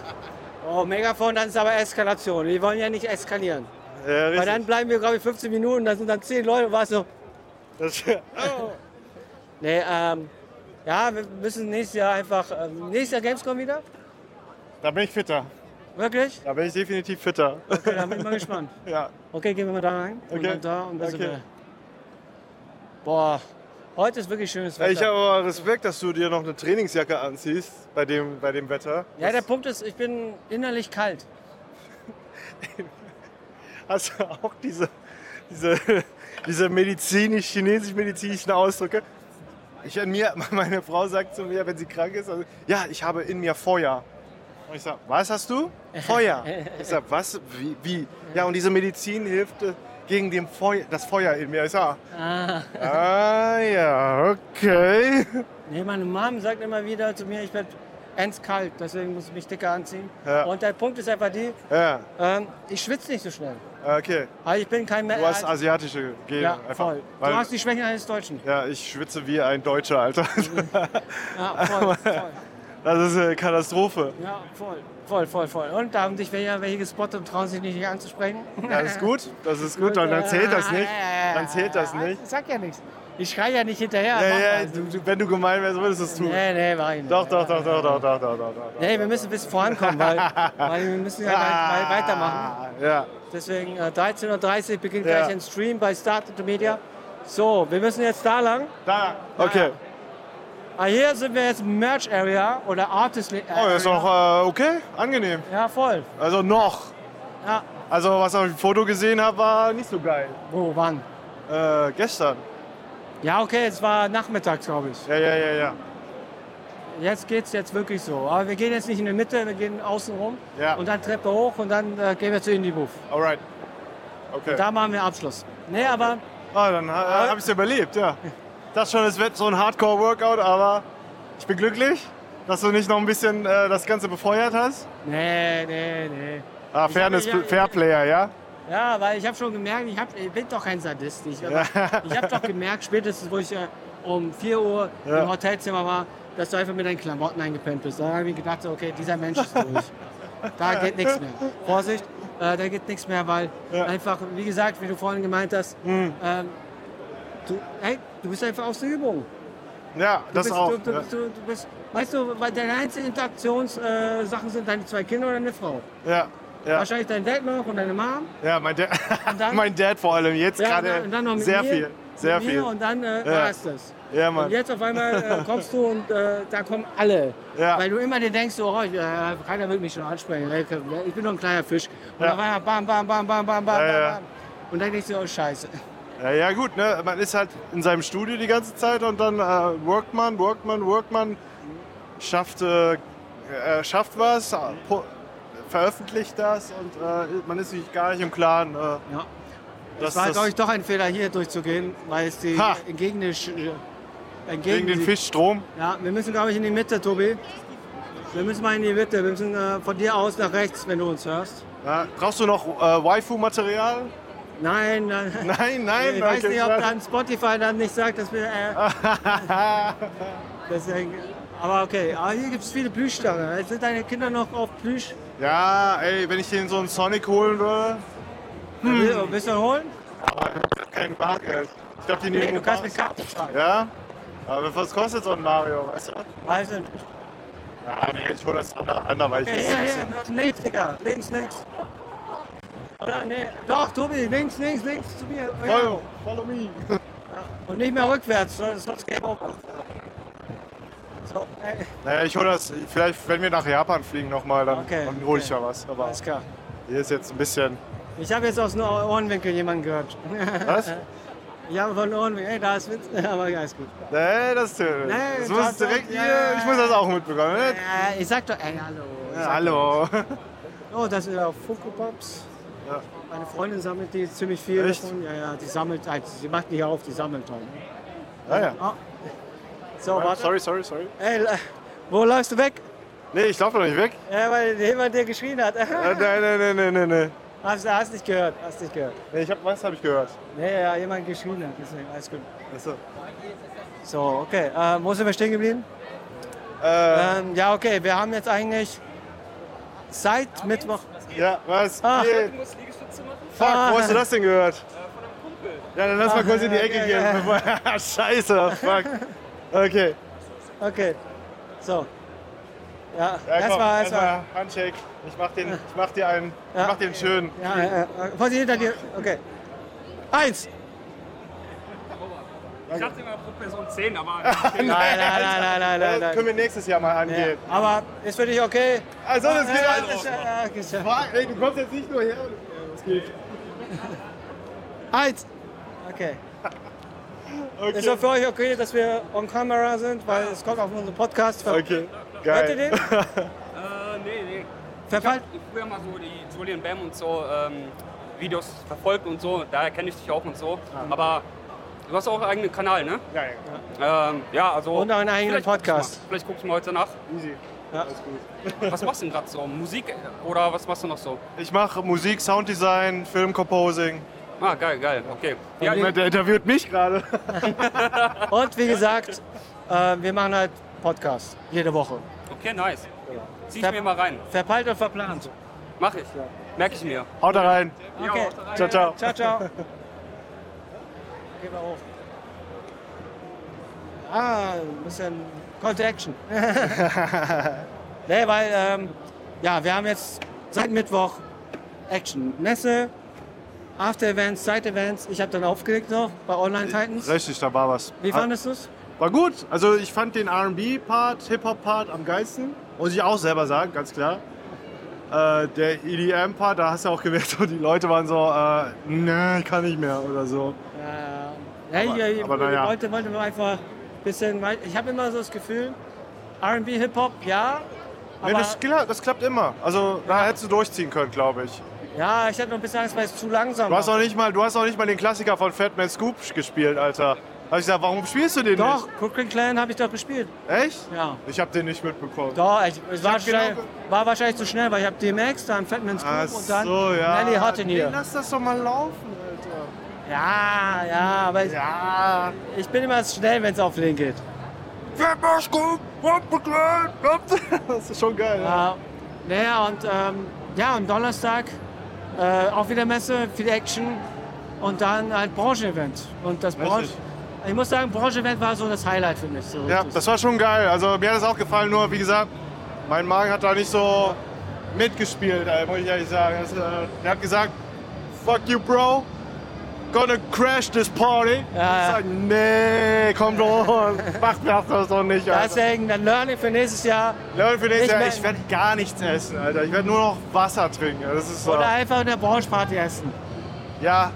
S4: Oh, Megafon, dann ist aber Eskalation. Wir wollen ja nicht eskalieren.
S2: Ja,
S4: Weil dann bleiben wir, glaube ich, 15 Minuten, da sind dann 10 Leute, war es so.
S2: Das,
S4: Nee, ähm, ja, wir müssen nächstes Jahr einfach, ähm, nächstes Jahr Gamescom wieder?
S2: da bin ich fitter.
S4: Wirklich?
S2: Da bin ich definitiv fitter.
S4: Okay, da bin ich mal gespannt.
S2: Ja.
S4: Okay, gehen wir mal da rein. Und
S2: Okay.
S4: dann da und dann sind
S2: Okay.
S4: wir. Boah, Heute ist wirklich schönes
S2: Ich
S4: Wetter.
S2: habe aber Respekt, dass du dir noch eine Trainingsjacke anziehst bei dem, bei dem Wetter.
S4: ja, der Punkt ist, ich bin innerlich kalt.
S2: Hast du Also [LAUGHS] auch diese, diese, diese medizinisch, chinesisch-medizinischen Ausdrücke? Ich an mir, [LAUGHS] meine Frau sagt zu mir, wenn sie krank ist, also, ja, ich habe in mir Feuer. Und ich sage, was hast du? Feuer. Ich sage, was? Wie, wie? Ja, und diese Medizin hilft äh, gegen dem Feu das Feuer in mir. Ich sage,
S4: Ah.
S2: ah ja, okay.
S4: Nee, meine Mom sagt immer wieder zu mir, ich werde ends kalt, deswegen muss ich mich dicker anziehen.
S2: Ja.
S4: Und der Punkt ist einfach die,
S2: Ja,
S4: ähm, ich schwitze nicht so schnell.
S2: okay.
S4: Aber ich bin kein Mensch.
S2: Du hast asiatische Gene.
S4: ja,
S2: einfach.
S4: voll.
S2: Weil-
S4: Du hast die Schwächen eines Deutschen.
S2: ja, ich schwitze wie ein Deutscher, Alter.
S4: Ja,
S2: [LAUGHS]
S4: voll, voll.
S2: Das ist eine Katastrophe.
S4: Ja, voll, voll, voll, voll. Und da haben dich welche, welche gespottet und trauen sich nicht, nicht anzusprechen.
S2: Ja, das ist gut, das ist gut, dann, dann zählt das nicht. Dann zählt das nicht.
S4: Ich sag ja nichts. Ich schrei ja nicht hinterher.
S2: Ja,
S4: mach
S2: ja,
S4: das.
S2: du, du, wenn du gemein wärst, würdest du es tun.
S4: Nee, nee, mach ich nicht.
S2: Doch, doch, doch, doch, doch, doch, doch, doch, doch.
S4: Nee, wir müssen ein bisschen vorankommen, weil, weil wir müssen ja weit-
S2: [LAUGHS]
S4: weit- weitermachen.
S2: Ja,
S4: Deswegen äh, 13.30 Uhr beginnt
S2: Ja.
S4: gleich ein Stream bei Start into Media. So, wir müssen jetzt da lang.
S2: da, okay.
S4: Ah, hier sind wir jetzt im Merch Area oder Artist Area.
S2: Oh, ist doch äh, okay, angenehm.
S4: Ja, voll.
S2: Also noch.
S4: Ja.
S2: Also, was ich auf dem Foto gesehen habe, war nicht so geil.
S4: Wo, Oh, wann?
S2: Äh, gestern.
S4: Ja, okay, es war nachmittags, glaube ich.
S2: Ja, ja, ja, ja.
S4: Jetzt geht's jetzt wirklich so. Aber wir gehen jetzt nicht in die Mitte, wir gehen außen rum.
S2: Ja.
S4: Und dann Treppe hoch und dann äh, gehen wir zu Indie Booth.
S2: Alright. Okay.
S4: Da machen wir Abschluss. Nee, aber
S2: Ah, dann äh, habe ich es überlebt, ja. Das ist schon das Wett, so ein Hardcore-Workout, aber ich bin glücklich, dass du nicht noch ein bisschen äh, das Ganze befeuert hast.
S4: nee, nee, nee.
S2: Ah,
S4: Ich
S2: Fairness,
S4: hab- ja,
S2: Fairplayer, ja?
S4: Ja, weil ich habe schon gemerkt, ich, hab, ich bin doch kein Sadist. Ich, aber ich habe doch gemerkt, spätestens, wo ich äh, um 4 Uhr
S2: Ja.
S4: im Hotelzimmer war, dass du einfach mit deinen Klamotten eingepennt bist. Da habe ich mir gedacht, so, okay, dieser Mensch ist durch. da geht nichts mehr. Vorsicht, äh, da geht nichts mehr, weil
S2: Ja. Mhm.
S4: einfach, wie gesagt, wie du vorhin gemeint hast, ähm, du, hey, du bist einfach aus der Übung.
S2: Ja,
S4: Du
S2: das
S4: bist,
S2: auch.
S4: Du, du,
S2: ja.
S4: bist- du, du bist, weißt du, weil deine einzigen Interaktionssachen äh, Sachen sind deine zwei Kinder und deine Frau.
S2: ja. Ja,
S4: Wahrscheinlich dein Dad noch und deine Mom.
S2: ja, mein, Dad,
S4: Und dann-
S2: [LAUGHS] mein Dad vor allem, jetzt
S4: Ja, und
S2: gerade
S4: dann- und dann noch mit
S2: sehr
S4: mir,
S2: viel, sehr
S4: mit mir
S2: viel.
S4: Und dann äh,
S2: Ja.
S4: war es das.
S2: ja,
S4: Und
S2: Mann.
S4: jetzt auf
S2: [LAUGHS]
S4: einmal äh, kommst du und äh, da kommen alle.
S2: Ja.
S4: Weil du immer dir denkst, so, oh, ich, äh, keiner will mich schon ansprechen. Ich bin nur ein kleiner Fisch. Und
S2: Ja.
S4: auf einmal bam, bam, bam, bam, bam, bam,
S2: Ja, ja.
S4: bam. Und dann denkst du, oh scheiße.
S2: Ja, ja, gut, ne? man ist halt in seinem Studio die ganze Zeit und dann äh, workt man, workt man, workt man, schafft, äh, äh, schafft was, äh, pu- veröffentlicht das und äh, man ist sich gar nicht im Klaren. Äh,
S4: Ja.
S2: dass
S4: Es war, halt
S2: das
S4: glaube ich, doch ein Fehler, hier durchzugehen, weil es die
S2: Ha.
S4: entgegen, die, Sch- äh,
S2: wegen
S4: entgegen
S2: den
S4: die-
S2: Fischstrom.
S4: Ja, wir müssen, glaube ich, in die Mitte, Tobi. Wir müssen mal in die Mitte. Wir müssen äh, von dir aus nach rechts, wenn du uns hörst.
S2: Ja, brauchst du noch äh, Waifu-Material? [LAUGHS]
S4: Nein, nein. [LAUGHS]
S2: Nein, nein.
S4: Ich weiß
S2: okay,
S4: nicht, ob
S2: klar.
S4: dann Spotify dann nicht sagt, dass wir. Äh, deswegen, aber okay, aber hier gibt es viele Plüschstangen. Jetzt Sind deine Kinder noch auf Plüsch?
S2: [LAUGHS] Ja, ey, wenn ich den so einen Sonic holen würde,
S4: Hm. Willst du einen holen?
S2: kein Bargeld. Ich glaube, die nehmen
S4: Nee, du
S2: nur
S4: kannst mit
S2: Bars.
S4: Karte zahlen.
S2: Ja? Aber was kostet so ein Mario, weißt du?
S4: Weißt du?
S2: Ja, nee, ich hole das ander- anderweitig.
S4: Ja, ja, ja, links, Digga. Links, links. Oder, nee. Doch, Tobi, links, links, links zu mir. Ja.
S2: Follow, follow me.
S4: Und nicht mehr rückwärts, sonst sonst Game Over. So, ey,
S2: Naja, ich hole das, vielleicht, wenn wir nach Japan fliegen nochmal, dann,
S4: Okay,
S2: dann hole ich
S4: okay.
S2: ja was. Aber
S4: alles klar.
S2: hier ist jetzt ein bisschen.
S4: Ich habe jetzt aus dem Ohrenwinkel jemanden gehört. [LAUGHS]
S2: Was?
S4: Ich habe von Ohrenwinkel, ey, da ist Witz, [LAUGHS] aber ja, ist gut.
S2: nee, das ist nee,
S4: Nee,
S2: Das muss
S4: das-
S2: direkt
S4: ja,
S2: hier. Ich muss das auch mitbekommen. Ne?
S4: Ja, Äh, ich sag doch, ey, hallo. Ich
S2: Ja,
S4: sag-
S2: hallo. [LAUGHS]
S4: Oh, das sind ja Funko Pops.
S2: Ja.
S4: Meine Freundin sammelt die ziemlich viel
S2: Echt?
S4: davon. Ja, ja, die sammelt halt. Sie macht nicht auf, die sammelt halt.
S2: Ja, ja.
S4: Ah. So, warte.
S2: Sorry, sorry, sorry.
S4: Ey, la- wo läufst du weg?
S2: Nee, ich laufe doch nicht weg.
S4: Ja, weil jemand dir geschrien hat. [LAUGHS]
S2: Äh, Nein, nein, nein, nein, nein, nein.
S4: hast, hast nicht gehört, hast nicht gehört.
S2: Nee, ich hab, was habe ich gehört?
S4: Nee, ja, jemand geschrien hat, deswegen alles gut.
S2: Achso.
S4: So, okay. Äh, wo sind wir stehen geblieben?
S2: Äh,
S4: Ähm, ja, okay, wir haben jetzt eigentlich seit Mittwoch.
S2: ja, was?
S4: Ah.
S2: Nee. Fuck,
S4: Ah.
S2: wo hast du das denn gehört? Ja, dann lass mal kurz in die
S4: ja,
S2: Ecke
S4: ja,
S2: gehen.
S4: ja.
S2: bevor- [LAUGHS] Ah, Scheiße, fuck. Okay, äh,
S4: Okay, so. Ja,
S2: ja, komm,
S4: erstmal, erstmal.
S2: erstmal Handshake. Ich mach, den, ich mach dir einen,
S4: Ja.
S2: ich mach den schön.
S4: Ja, äh, äh, Vorsicht hinter dir. Okay. Eins.
S9: Ich dachte immer pro Person 10, aber
S4: [LAUGHS] Nein, nein, nein, nein, nein, nein.
S2: Das
S4: nein.
S2: Äh, können wir nächstes Jahr mal
S4: Ja,
S2: angehen.
S4: aber ist für dich okay?
S2: Also, das geht
S4: Ja,
S2: alles.
S4: ist ja- ja, ist ja-
S2: Fuck, Ey, du kommst jetzt nicht nur her. Das geht.
S4: Halt! Okay. Ist
S2: Okay.
S4: auch für euch okay, dass wir on camera sind, weil es kommt auf unseren Podcast. Ver
S2: Okay,
S4: Hört ihr
S2: geil.
S4: den?
S9: äh, nee, nee.
S4: Verfall?
S9: Ich früher mal so die Julian Bam und so ähm, Videos verfolgt und so, daher kenne ich dich auch und so.
S4: Ah.
S9: Aber du hast auch einen eigenen Kanal, ne?
S2: Ja, ja,
S9: Ähm, ja, also.
S4: Und einen eigenen
S9: vielleicht guck ich
S4: Podcast.
S9: mal. Vielleicht gucke ich mal heute nach.
S2: easy.
S9: [LAUGHS] Was machst du denn gerade so? Musik äh, oder was machst du noch so?
S2: Ich mache Musik, Sounddesign, Filmcomposing.
S9: Ah, geil, geil, okay. Ja,
S2: Moment, Der interviewt mich gerade.
S4: Und wie gesagt, äh, wir machen halt Podcast jede Woche.
S9: okay, nice. Zieh ich mir mal rein.
S4: Verpeilt und verplant.
S9: Mach ich. Merke ich mir.
S2: Haut da rein.
S4: Okay.
S2: Ciao, ciao.
S4: Ciao,
S2: [LAUGHS]
S4: ciao. Gehen wir hoch. Ah, ein bisschen Call to
S2: [LAUGHS]
S4: Action. nee, weil, ähm, ja, wir haben jetzt seit Mittwoch Action. Messe, After Events, Side Events. Ich habe dann aufgelegt noch bei Online
S2: Äh,
S4: Titans.
S2: Richtig, da war was.
S4: Wie fandest du es?
S2: War gut. Also ich fand den RB-Part, Hip-Hop-Part am geilsten. Muss ich auch selber sagen, ganz klar. Äh, der EDM-Part, da hast du auch gemerkt, [LAUGHS] so, die Leute waren so, äh, nee, kann nicht mehr oder so.
S4: Ja, ich, ich,
S2: aber naja.
S4: wollte, wollte nur einfach ein bisschen. wei- Ich habe immer so das Gefühl, RB, Hip-Hop, ja.
S2: Nee,
S4: aber-
S2: das, kla- das klappt immer. Also da hättest du durchziehen können, glaube ich.
S4: Ja, ich hatte noch ein bisschen Angst, weil es zu langsam
S2: Du hast,
S4: war.
S2: auch nicht mal, du hast auch nicht mal den Klassiker von Fatman Scoop gespielt, Alter. Da hab ich gesagt, warum spielst du den
S4: Doch, Crooked Clan habe ich doch gespielt.
S2: nicht? Echt?
S4: Ja.
S2: Ich habe den nicht mitbekommen.
S4: Doch, ich, es war,
S2: hab genau
S4: schnell, war wahrscheinlich zu schnell, weil ich habe DMX, dann Fatman's Group
S2: Ach
S4: und dann
S2: so, ja.
S4: Nelly Hutton
S2: Nee,
S4: hier.
S2: lass das doch mal laufen, Alter. [LAUGHS]
S4: Ja, ja, aber ich,
S2: Ja.
S4: ich bin immer schnell, wenn es auf Link geht.
S2: Fatman Scoop, Das ist schon geil. Ja.
S4: Ja. Ah, Naja, und ähm, ja, am Donnerstag äh, auch wieder Messe, viel Action und dann halt Branche-Event. Und das Branche,
S2: Richtig.
S4: ich muss sagen, Branche-Event war so das Highlight für mich. So
S2: Ja, das war schon geil. Also mir hat das auch gefallen, nur wie gesagt, mein Magen hat da nicht so mitgespielt, ey, muss ich ehrlich sagen. Das, äh, der hat gesagt, fuck you, bro. Gonna crash this party.
S4: Ja,
S2: ich sag, nee, komm
S4: [LAUGHS]
S2: doch. Macht das doch nicht, Alter.
S4: Deswegen, dann Learning für nächstes Jahr.
S2: Leute, für nächstes
S4: Ich
S2: Jahr,
S4: mein-
S2: ich werde gar nichts essen, Alter. Ich werde nur noch Wasser trinken. Das ist so.
S4: Oder einfach in der Branche-Party essen.
S2: Ja,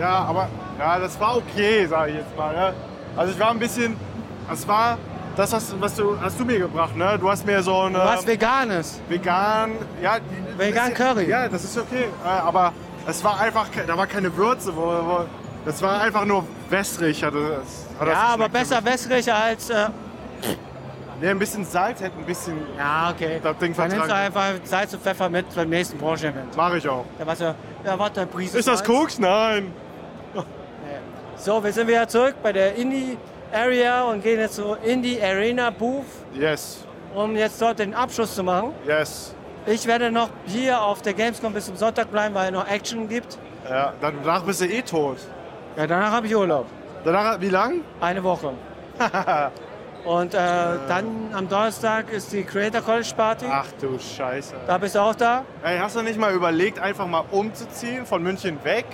S2: ja, aber ja, das war okay, sage ich jetzt mal. Ne? Also ich war ein bisschen, das war das, was, was du hast du mir gebracht, ne? Du hast mir so ein
S4: Was
S2: ähm,
S4: Veganes.
S2: vegan, ja, die-
S4: Vegan
S2: das-
S4: Curry.
S2: Ja, das ist okay, äh, aber es war einfach, ke- da war keine Würze, wo, wo, das war einfach nur wässrig. Hatte, das, hat das
S4: Ja, aber
S2: geschmeckt.
S4: besser wässrig als. Äh,
S2: Nee, ein bisschen Salz hätte ein bisschen,
S4: ja, okay.
S2: Das Ding
S4: Dann nimmst du
S2: vertragen.
S4: einfach Salz und Pfeffer mit beim nächsten Branche-Event. äh,
S2: mache ich auch.
S4: Da warst du, da war der Prise.
S2: Ist das
S4: Salz.
S2: Koks? Nein.
S4: So, wir sind wieder zurück bei der Indie Area und gehen jetzt zur Indie Arena Booth,
S2: Yes,
S4: um jetzt dort den Abschluss zu machen.
S2: yes.
S4: Ich werde noch hier auf der Gamescom bis zum Sonntag bleiben, weil es noch Action gibt.
S2: Ja, danach bist du eh tot.
S4: Ja, danach habe ich Urlaub.
S2: Danach, wie lang?
S4: Eine Woche.
S2: [LAUGHS]
S4: und äh, dann am Donnerstag ist die Creator College Party.
S2: Ach du Scheiße.
S4: Da bist du auch da?
S2: Ey, hast Ah. du nicht mal überlegt, einfach mal umzuziehen von München weg?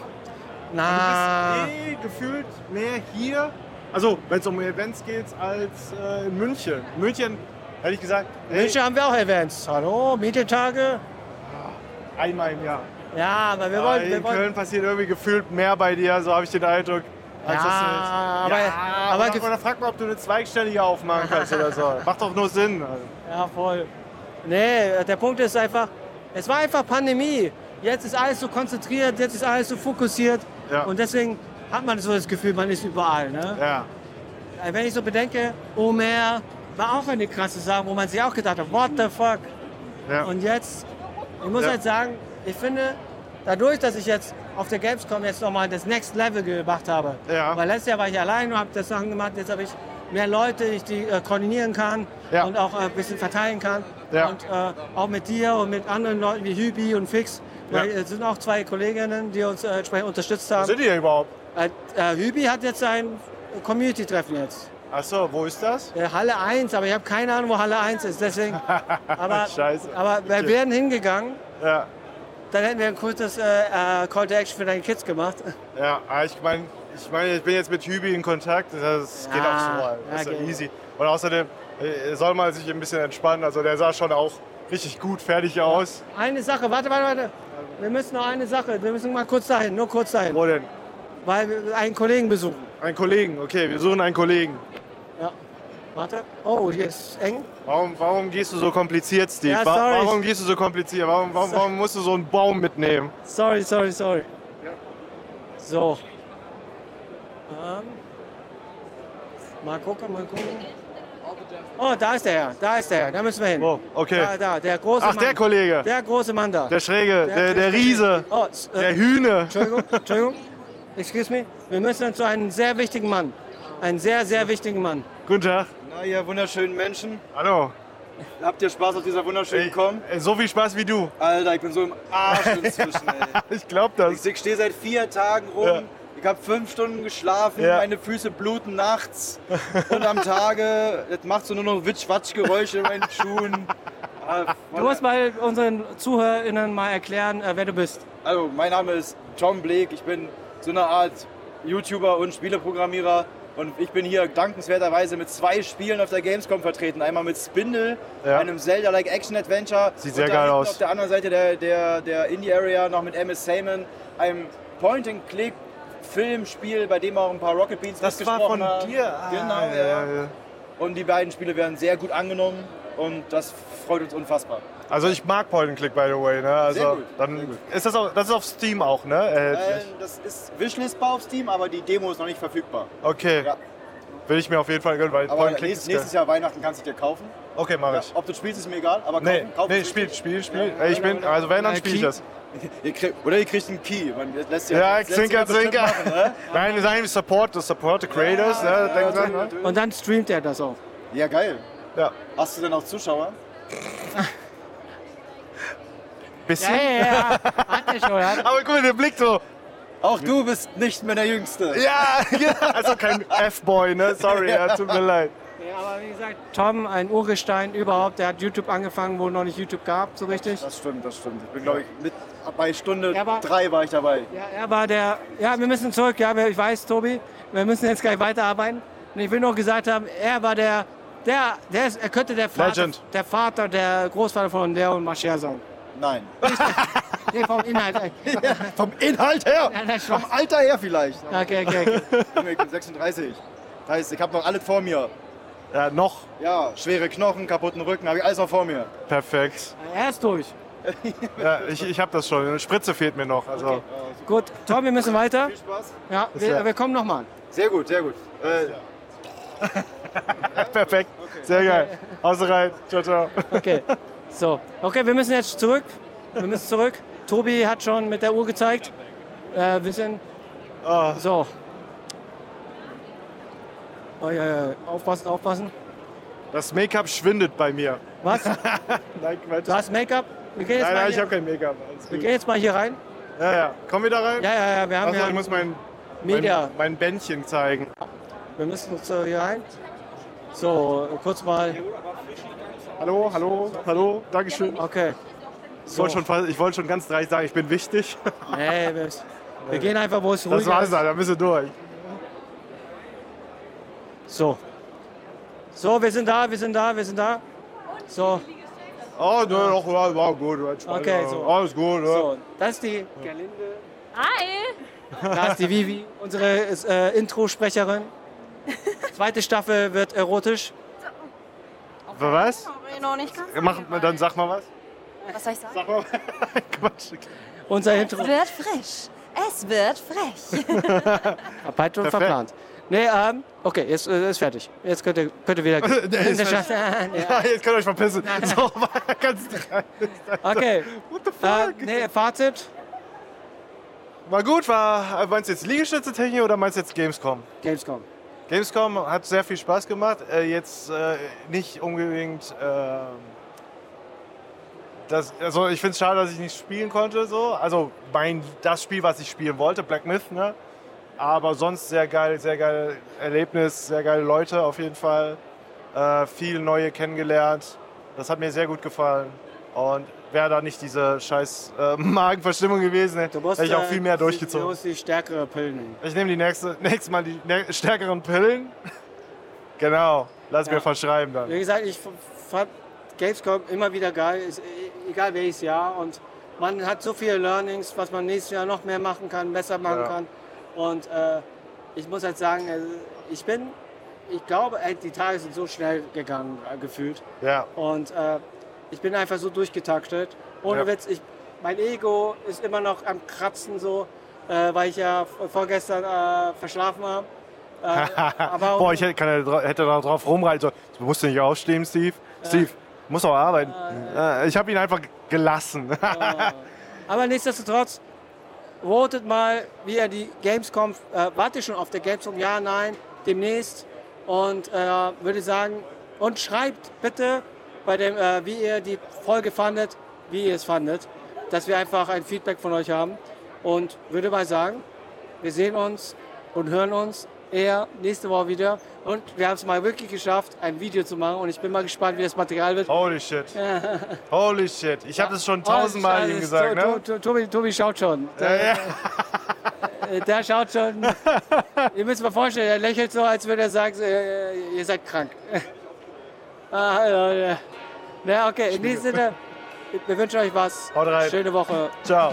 S4: Na.
S2: Also Du
S4: Ah.
S2: bist eh gefühlt mehr hier. Also, wenn es um Events geht, als äh, in München. In München hätte ich gesagt, ey,
S4: München haben wir auch Events. Hallo, Medientage.
S2: einmal im Jahr.
S4: Ja, aber wir
S2: Aber
S4: wollen.
S2: in
S4: Wir wollen
S2: Köln passiert irgendwie gefühlt mehr bei dir, so habe ich den Eindruck. Als
S4: Ja,
S2: das
S4: aber-
S2: ja,
S4: aber
S2: oder,
S4: gef-
S2: oder frag mal, ob du eine Zweigstelle hier aufmachen kannst
S4: [LAUGHS]
S2: oder so. Macht doch nur Sinn.
S4: ja, voll. Nee, der Punkt ist einfach, es war einfach Pandemie. Jetzt ist alles so konzentriert, jetzt ist alles so fokussiert.
S2: Ja.
S4: Und deswegen hat man so das Gefühl, man ist überall. Ne?
S2: Ja,
S4: Äh, Wenn ich so bedenke, Omer war auch eine krasse Sache, wo man sich auch gedacht hat, what the fuck?
S2: ja.
S4: Und jetzt, ich muss
S2: Ja.
S4: halt sagen, ich finde, dadurch, dass ich jetzt auf der Gamescom jetzt nochmal das Next Level gemacht habe,
S2: Ja.
S4: weil letztes Jahr war ich allein und habe das Sachen gemacht, jetzt habe ich mehr Leute, die ich die äh, koordinieren kann
S2: Ja.
S4: und auch äh, ein bisschen verteilen kann.
S2: Ja.
S4: Und äh, auch mit dir und mit anderen Leuten wie Hübi und Fix, weil
S2: Ja.
S4: es sind auch zwei Kolleginnen, die uns äh, entsprechend unterstützt haben.
S2: Wo sind die denn überhaupt?
S4: Äh, äh, Hübi hat jetzt ein Community-Treffen jetzt.
S2: Achso, wo ist das?
S4: Äh, Halle 1, aber ich habe keine
S2: [LAUGHS]
S4: Ahnung, wo Halle 1 ist, deswegen. Aber,
S2: Scheiße.
S4: aber wir
S2: Okay.
S4: werden hingegangen
S2: Ja,
S4: Dann hätten wir ein kurzes äh, äh, Call to Action für deine Kids gemacht. [LAUGHS]
S2: Ja, aber ich meine, ich, mein, ich bin jetzt mit Hübi in Kontakt, das geht auch
S4: Ja,
S2: so. Alter.
S4: ja,
S2: Das ist
S4: geht.
S2: ja easy. Und außerdem äh, soll man sich ein bisschen entspannen. Also der sah schon auch richtig gut fertig aus.
S4: Eine Sache, warte, warte, warte. Wir müssen noch eine Sache. Wir müssen mal kurz dahin, nur kurz dahin.
S2: Wo denn?
S4: Weil wir einen Kollegen besuchen.
S2: Einen Kollegen, okay, wir suchen einen Kollegen.
S4: Warte. Oh, hier ist eng.
S2: Warum, warum gehst du so kompliziert, Steve?
S4: Ja,
S2: Wa-
S4: sorry.
S2: Warum gehst du so kompliziert? Warum, warum, warum musst du so einen Baum mitnehmen?
S4: Sorry, sorry, sorry. So. Ähm. Mal gucken, mal gucken. Oh, da ist der Herr, da ist der Herr, da müssen wir hin.
S2: Oh,
S4: Da,
S2: okay.
S4: da, der große
S2: Ach,
S4: Mann.
S2: der Kollege,
S4: Der große Mann da.
S2: der Schräge, der, der Riese,
S4: Oh, s- äh,
S2: der [LAUGHS] Hühne.
S4: Entschuldigung, Entschuldigung. Excuse me. Wir müssen zu einem sehr wichtigen Mann. Einen sehr, sehr wichtigen Mann.
S2: Guten Tag.
S10: Na, ihr wunderschönen Menschen.
S2: Hallo.
S10: Habt ihr Spaß auf dieser wunderschönen
S2: Ey,
S10: Com?
S2: ey, so viel Spaß wie du.
S10: Alter, ich bin so im Arsch
S7: [LAUGHS]
S10: inzwischen, ey.
S2: [LAUGHS] Ich glaub
S10: Ich
S2: das.
S10: ich stehe seit vier Tagen rum.
S2: Ja.
S10: Ich habe fünf Stunden geschlafen,
S2: Ja.
S10: meine Füße bluten nachts und am Tage. Das macht so nur noch Witsch-Watsch-Geräusche in meinen Schuhen. Ah,
S4: Du musst mal unseren ZuhörerInnen mal erklären, äh, wer du bist.
S10: Also, mein Name ist Tom Blake. Ich bin so eine Art YouTuber und Spieleprogrammierer. Und ich bin hier dankenswerterweise mit zwei Spielen auf der Gamescom vertreten. Einmal mit Spindle,
S2: Ja.
S10: einem Zelda-like Action-Adventure.
S2: Sieht
S10: Und
S2: sehr
S10: da
S2: geil
S10: hinten
S2: aus.
S10: Auf der anderen Seite der, der, der Indie-Area noch mit MS Salmon, einem Point-and-Click. Filmspiel, bei dem auch ein paar Rocket Beans
S2: Das war
S10: mitgesprochen
S2: von
S10: haben.
S2: dir. Ah,
S10: genau,
S2: ja,
S10: ja.
S2: ja.
S10: Und die beiden Spiele werden sehr gut angenommen und das freut uns unfassbar.
S2: Also ich mag Point and Click, by the way. Ne? Also
S10: Sehr gut,
S2: dann
S10: sehr gut.
S2: ist das auch, das ist auf Steam auch, ne? Erhältlich.
S10: Äh, das ist wishlistbar auf Steam, aber die Demo ist noch nicht verfügbar.
S2: okay.
S10: ja.
S2: Will ich mir auf jeden Fall gönnen, weil
S10: Aber
S2: Point and Click
S10: nächstes,
S2: ist
S10: nächstes
S2: geil.
S10: Jahr Weihnachten kannst du dir kaufen.
S2: Okay, mach
S10: Ja, oh,
S2: ich.
S10: ob du spielst, ist mir egal, aber
S2: Nee,
S10: kaufen, kaufen
S2: nee,
S10: ist
S2: spiel,
S10: wichtig.
S2: spiel, spiel.
S10: Ja,
S2: Ich bin,
S10: ja, ja.
S2: also wenn, dann
S10: Ja,
S2: spiel ich
S10: Key.
S2: das.
S10: Ihr kriegt, oder ihr kriegt einen Key. Man, das lässt ihr-
S2: Ja,
S10: das lässt ihr
S2: Zinker,
S10: bestimmt
S2: Zinker.
S10: machen, ne?
S2: Nein, nein, Support, das Support the Creators, ne? Denk dran, ne?
S4: Und dann streamt er das auch.
S10: Ja, geil.
S2: Ja.
S10: Hast du denn auch Zuschauer?
S2: Bisschen.
S4: Ja, ja, ja. Hat er schon, hat
S2: Aber guck mal, der Blick so.
S10: Auch du bist nicht mehr der Jüngste.
S2: Ja, [LAUGHS] ja. also kein F-Boy, ne? Sorry, ja,
S10: [LAUGHS]
S2: tut mir leid.
S4: Ja, aber wie gesagt, Tom, ein Urgestein überhaupt, der hat YouTube angefangen, wo noch nicht YouTube gab, so richtig.
S10: Das stimmt, das stimmt. Ich bin, glaube ich, mit, bei Stunde
S4: Ja, aber-
S10: drei war ich dabei.
S4: Ja, er war der, ja, wir müssen zurück, ja, wir- ich weiß, Tobi, wir müssen jetzt gleich weiterarbeiten. Und ich will nur gesagt haben, er war der, der, der ist, er könnte der Vater,
S2: Legend.
S4: der Vater, der Großvater von Leo und Mascher sein.
S10: Nein.
S4: Nee, vom Inhalt.
S10: [LAUGHS]
S4: ey.
S10: Vom Inhalt her!
S4: Ja, das
S10: Vom
S4: war's.
S10: Alter her vielleicht.
S4: Okay, okay, okay.
S10: Junge, ich bin 36. Das heißt, ich habe noch alles vor mir.
S2: Ja, noch.
S10: Ja, schwere Knochen, kaputten Rücken, habe ich alles noch vor mir.
S2: Perfekt.
S4: Er ist durch.
S2: Ja, ich, ich hab das schon. Eine Spritze fehlt mir noch. Also. [LAUGHS]
S4: Gut, Tom, wir müssen weiter.
S10: Viel Spaß.
S4: Ja, wir, wir kommen nochmal.
S10: Sehr gut, sehr gut. Äh,
S2: Perfekt. Sehr geil. Hause rein. Ciao, ciao.
S4: Okay, so. Okay, wir müssen jetzt zurück. Wir müssen zurück. Tobi hat schon mit der Uhr gezeigt. Äh, wir sind.
S2: Ah.
S4: So. Oh, ja, ja. Aufpassen, aufpassen.
S2: Das Make-up schwindet bei mir.
S4: Was?
S2: Nein, Quatsch.
S4: Du hast Make-up? Wir gehen jetzt,
S2: Nein,
S4: mal,
S2: nein, ich
S4: hier,
S2: habe kein Make-up. Alles
S4: wir
S2: gut.
S4: gehen jetzt mal hier rein.
S2: Ja, ja. Komm wieder rein.
S4: Ja, ja, ja, wir haben
S2: Achso, ich
S4: ja.
S2: muss mein,
S4: Media.
S2: mein, mein Bändchen zeigen.
S4: Wir müssen uns äh, hier rein. So, kurz mal.
S2: Hallo, hallo, hallo. Dankeschön.
S4: Okay.
S2: Ich wollte schon, fast- ich wollte schon ganz dreist sagen, ich bin [LAUGHS] wichtig.
S4: Nee, wir, wir gehen einfach, wo es ruhig
S2: Das war's
S4: ist.
S2: dann, da bist du durch.
S4: So. So, wir sind da, wir sind da, wir sind da. So.
S2: Oh, ne, doch, war, war gut. War entspannt.
S4: Okay, so.
S2: Alles gut, ne?
S4: So, das ist die Gerlinde. Hi! Das ist die Vivi, unsere äh, Intro-Sprecherin. Zweite Staffel wird erotisch.
S2: Was?
S5: Noch nicht ganz.
S2: Mach, dann sag mal was.
S1: Was soll ich sagen?
S2: Sag mal [LAUGHS] was. Quatsch.
S4: Unser Intro.
S1: Es wird frisch. Es wird frech.
S4: Arbeit und verplant. Nee, ähm, okay, jetzt äh, ist fertig. Jetzt könnt ihr, könnt ihr
S2: [LAUGHS]
S4: wieder gehen.
S2: Der ist fertig.
S4: [LAUGHS] Nee,
S2: Jetzt könnt ihr euch verpissen. So, war ganz
S4: okay.
S2: What the
S4: Äh,
S2: fuck?
S4: nee, Fazit.
S2: War gut, war. Meinst du jetzt Liegestütze-Technik oder meinst du jetzt Gamescom?
S4: Gamescom.
S2: Gamescom hat sehr viel Spaß gemacht. Äh, jetzt äh, nicht unbedingt. ähm, das, also ich finde es schade, dass ich nicht spielen konnte. So. Also mein, das Spiel, was ich spielen wollte, Black Myth. Ne? Aber sonst sehr geil, sehr geil Erlebnis, sehr geile Leute auf jeden Fall. Äh, viel neue kennengelernt. Das hat mir sehr gut gefallen. Und wäre da nicht diese scheiß äh, [LAUGHS] Magenverstimmung gewesen, hätte ich auch
S4: äh,
S2: viel mehr
S4: du- Du
S2: durchgezogen.
S4: musst die stärkere Pillen nehmen.
S2: Ich nehme die nächste, [LAUGHS] nächstes Mal die nä- stärkeren Pillen. genau, lass
S4: Ja.
S2: mir verschreiben dann.
S4: Wie gesagt, ich f- fand Gamescom immer wieder geil, ist e- egal welches Jahr. Und man hat so viele Learnings, was man nächstes Jahr noch mehr machen kann, besser machen
S2: Ja.
S4: kann. Und äh, ich muss halt sagen, also ich bin, ich glaube, ey, die Tage sind so schnell gegangen, äh, gefühlt.
S2: Ja,
S4: Und äh, ich bin einfach so durchgetaktet. Ohne
S2: Ja.
S4: Witz, ich, mein Ego ist immer noch am Kratzen so, äh, weil ich ja v- vorgestern äh, verschlafen habe.
S2: [LAUGHS]
S4: Äh, aber
S2: Boah, ich hätte, kann, ja dra- hätte da drauf rumreiten sollen. Du musst nicht aufstehen, Steve. Steve, muss auch arbeiten. Äh, ich habe ihn einfach gelassen. [LAUGHS]
S4: Aber nichtsdestotrotz, votet mal, wie ihr die Gamescom, äh, wart ihr schon auf der Gamescom? Ja, nein, demnächst. Und äh, würde sagen, und schreibt bitte, bei dem, äh, wie ihr die Folge fandet, wie ihr es fandet, dass wir einfach ein Feedback von euch haben. Und würde mal sagen, wir sehen uns und hören uns eher nächste Woche wieder. Und wir haben es mal wirklich geschafft, ein Video zu machen. Und ich bin mal gespannt, wie das Material wird.
S2: Holy
S4: [LAUGHS]
S2: shit. Holy shit. Ich habe das schon tausendmal
S4: Also,
S2: ihm
S4: also,
S2: gesagt,
S4: To-
S2: ne?
S4: To- Tobi, Tobi schaut schon. Der,
S2: Ja,
S4: äh, der schaut
S2: [LAUGHS]
S4: schon. Ihr müsst mal vorstellen, er lächelt so, als würde er sagen, äh, ihr seid krank. [LAUGHS] ah, ja, ja. Na, okay, in diesem Sinne, wir wünschen euch was.
S2: Haut rein.
S4: Schöne Woche.
S2: Ciao.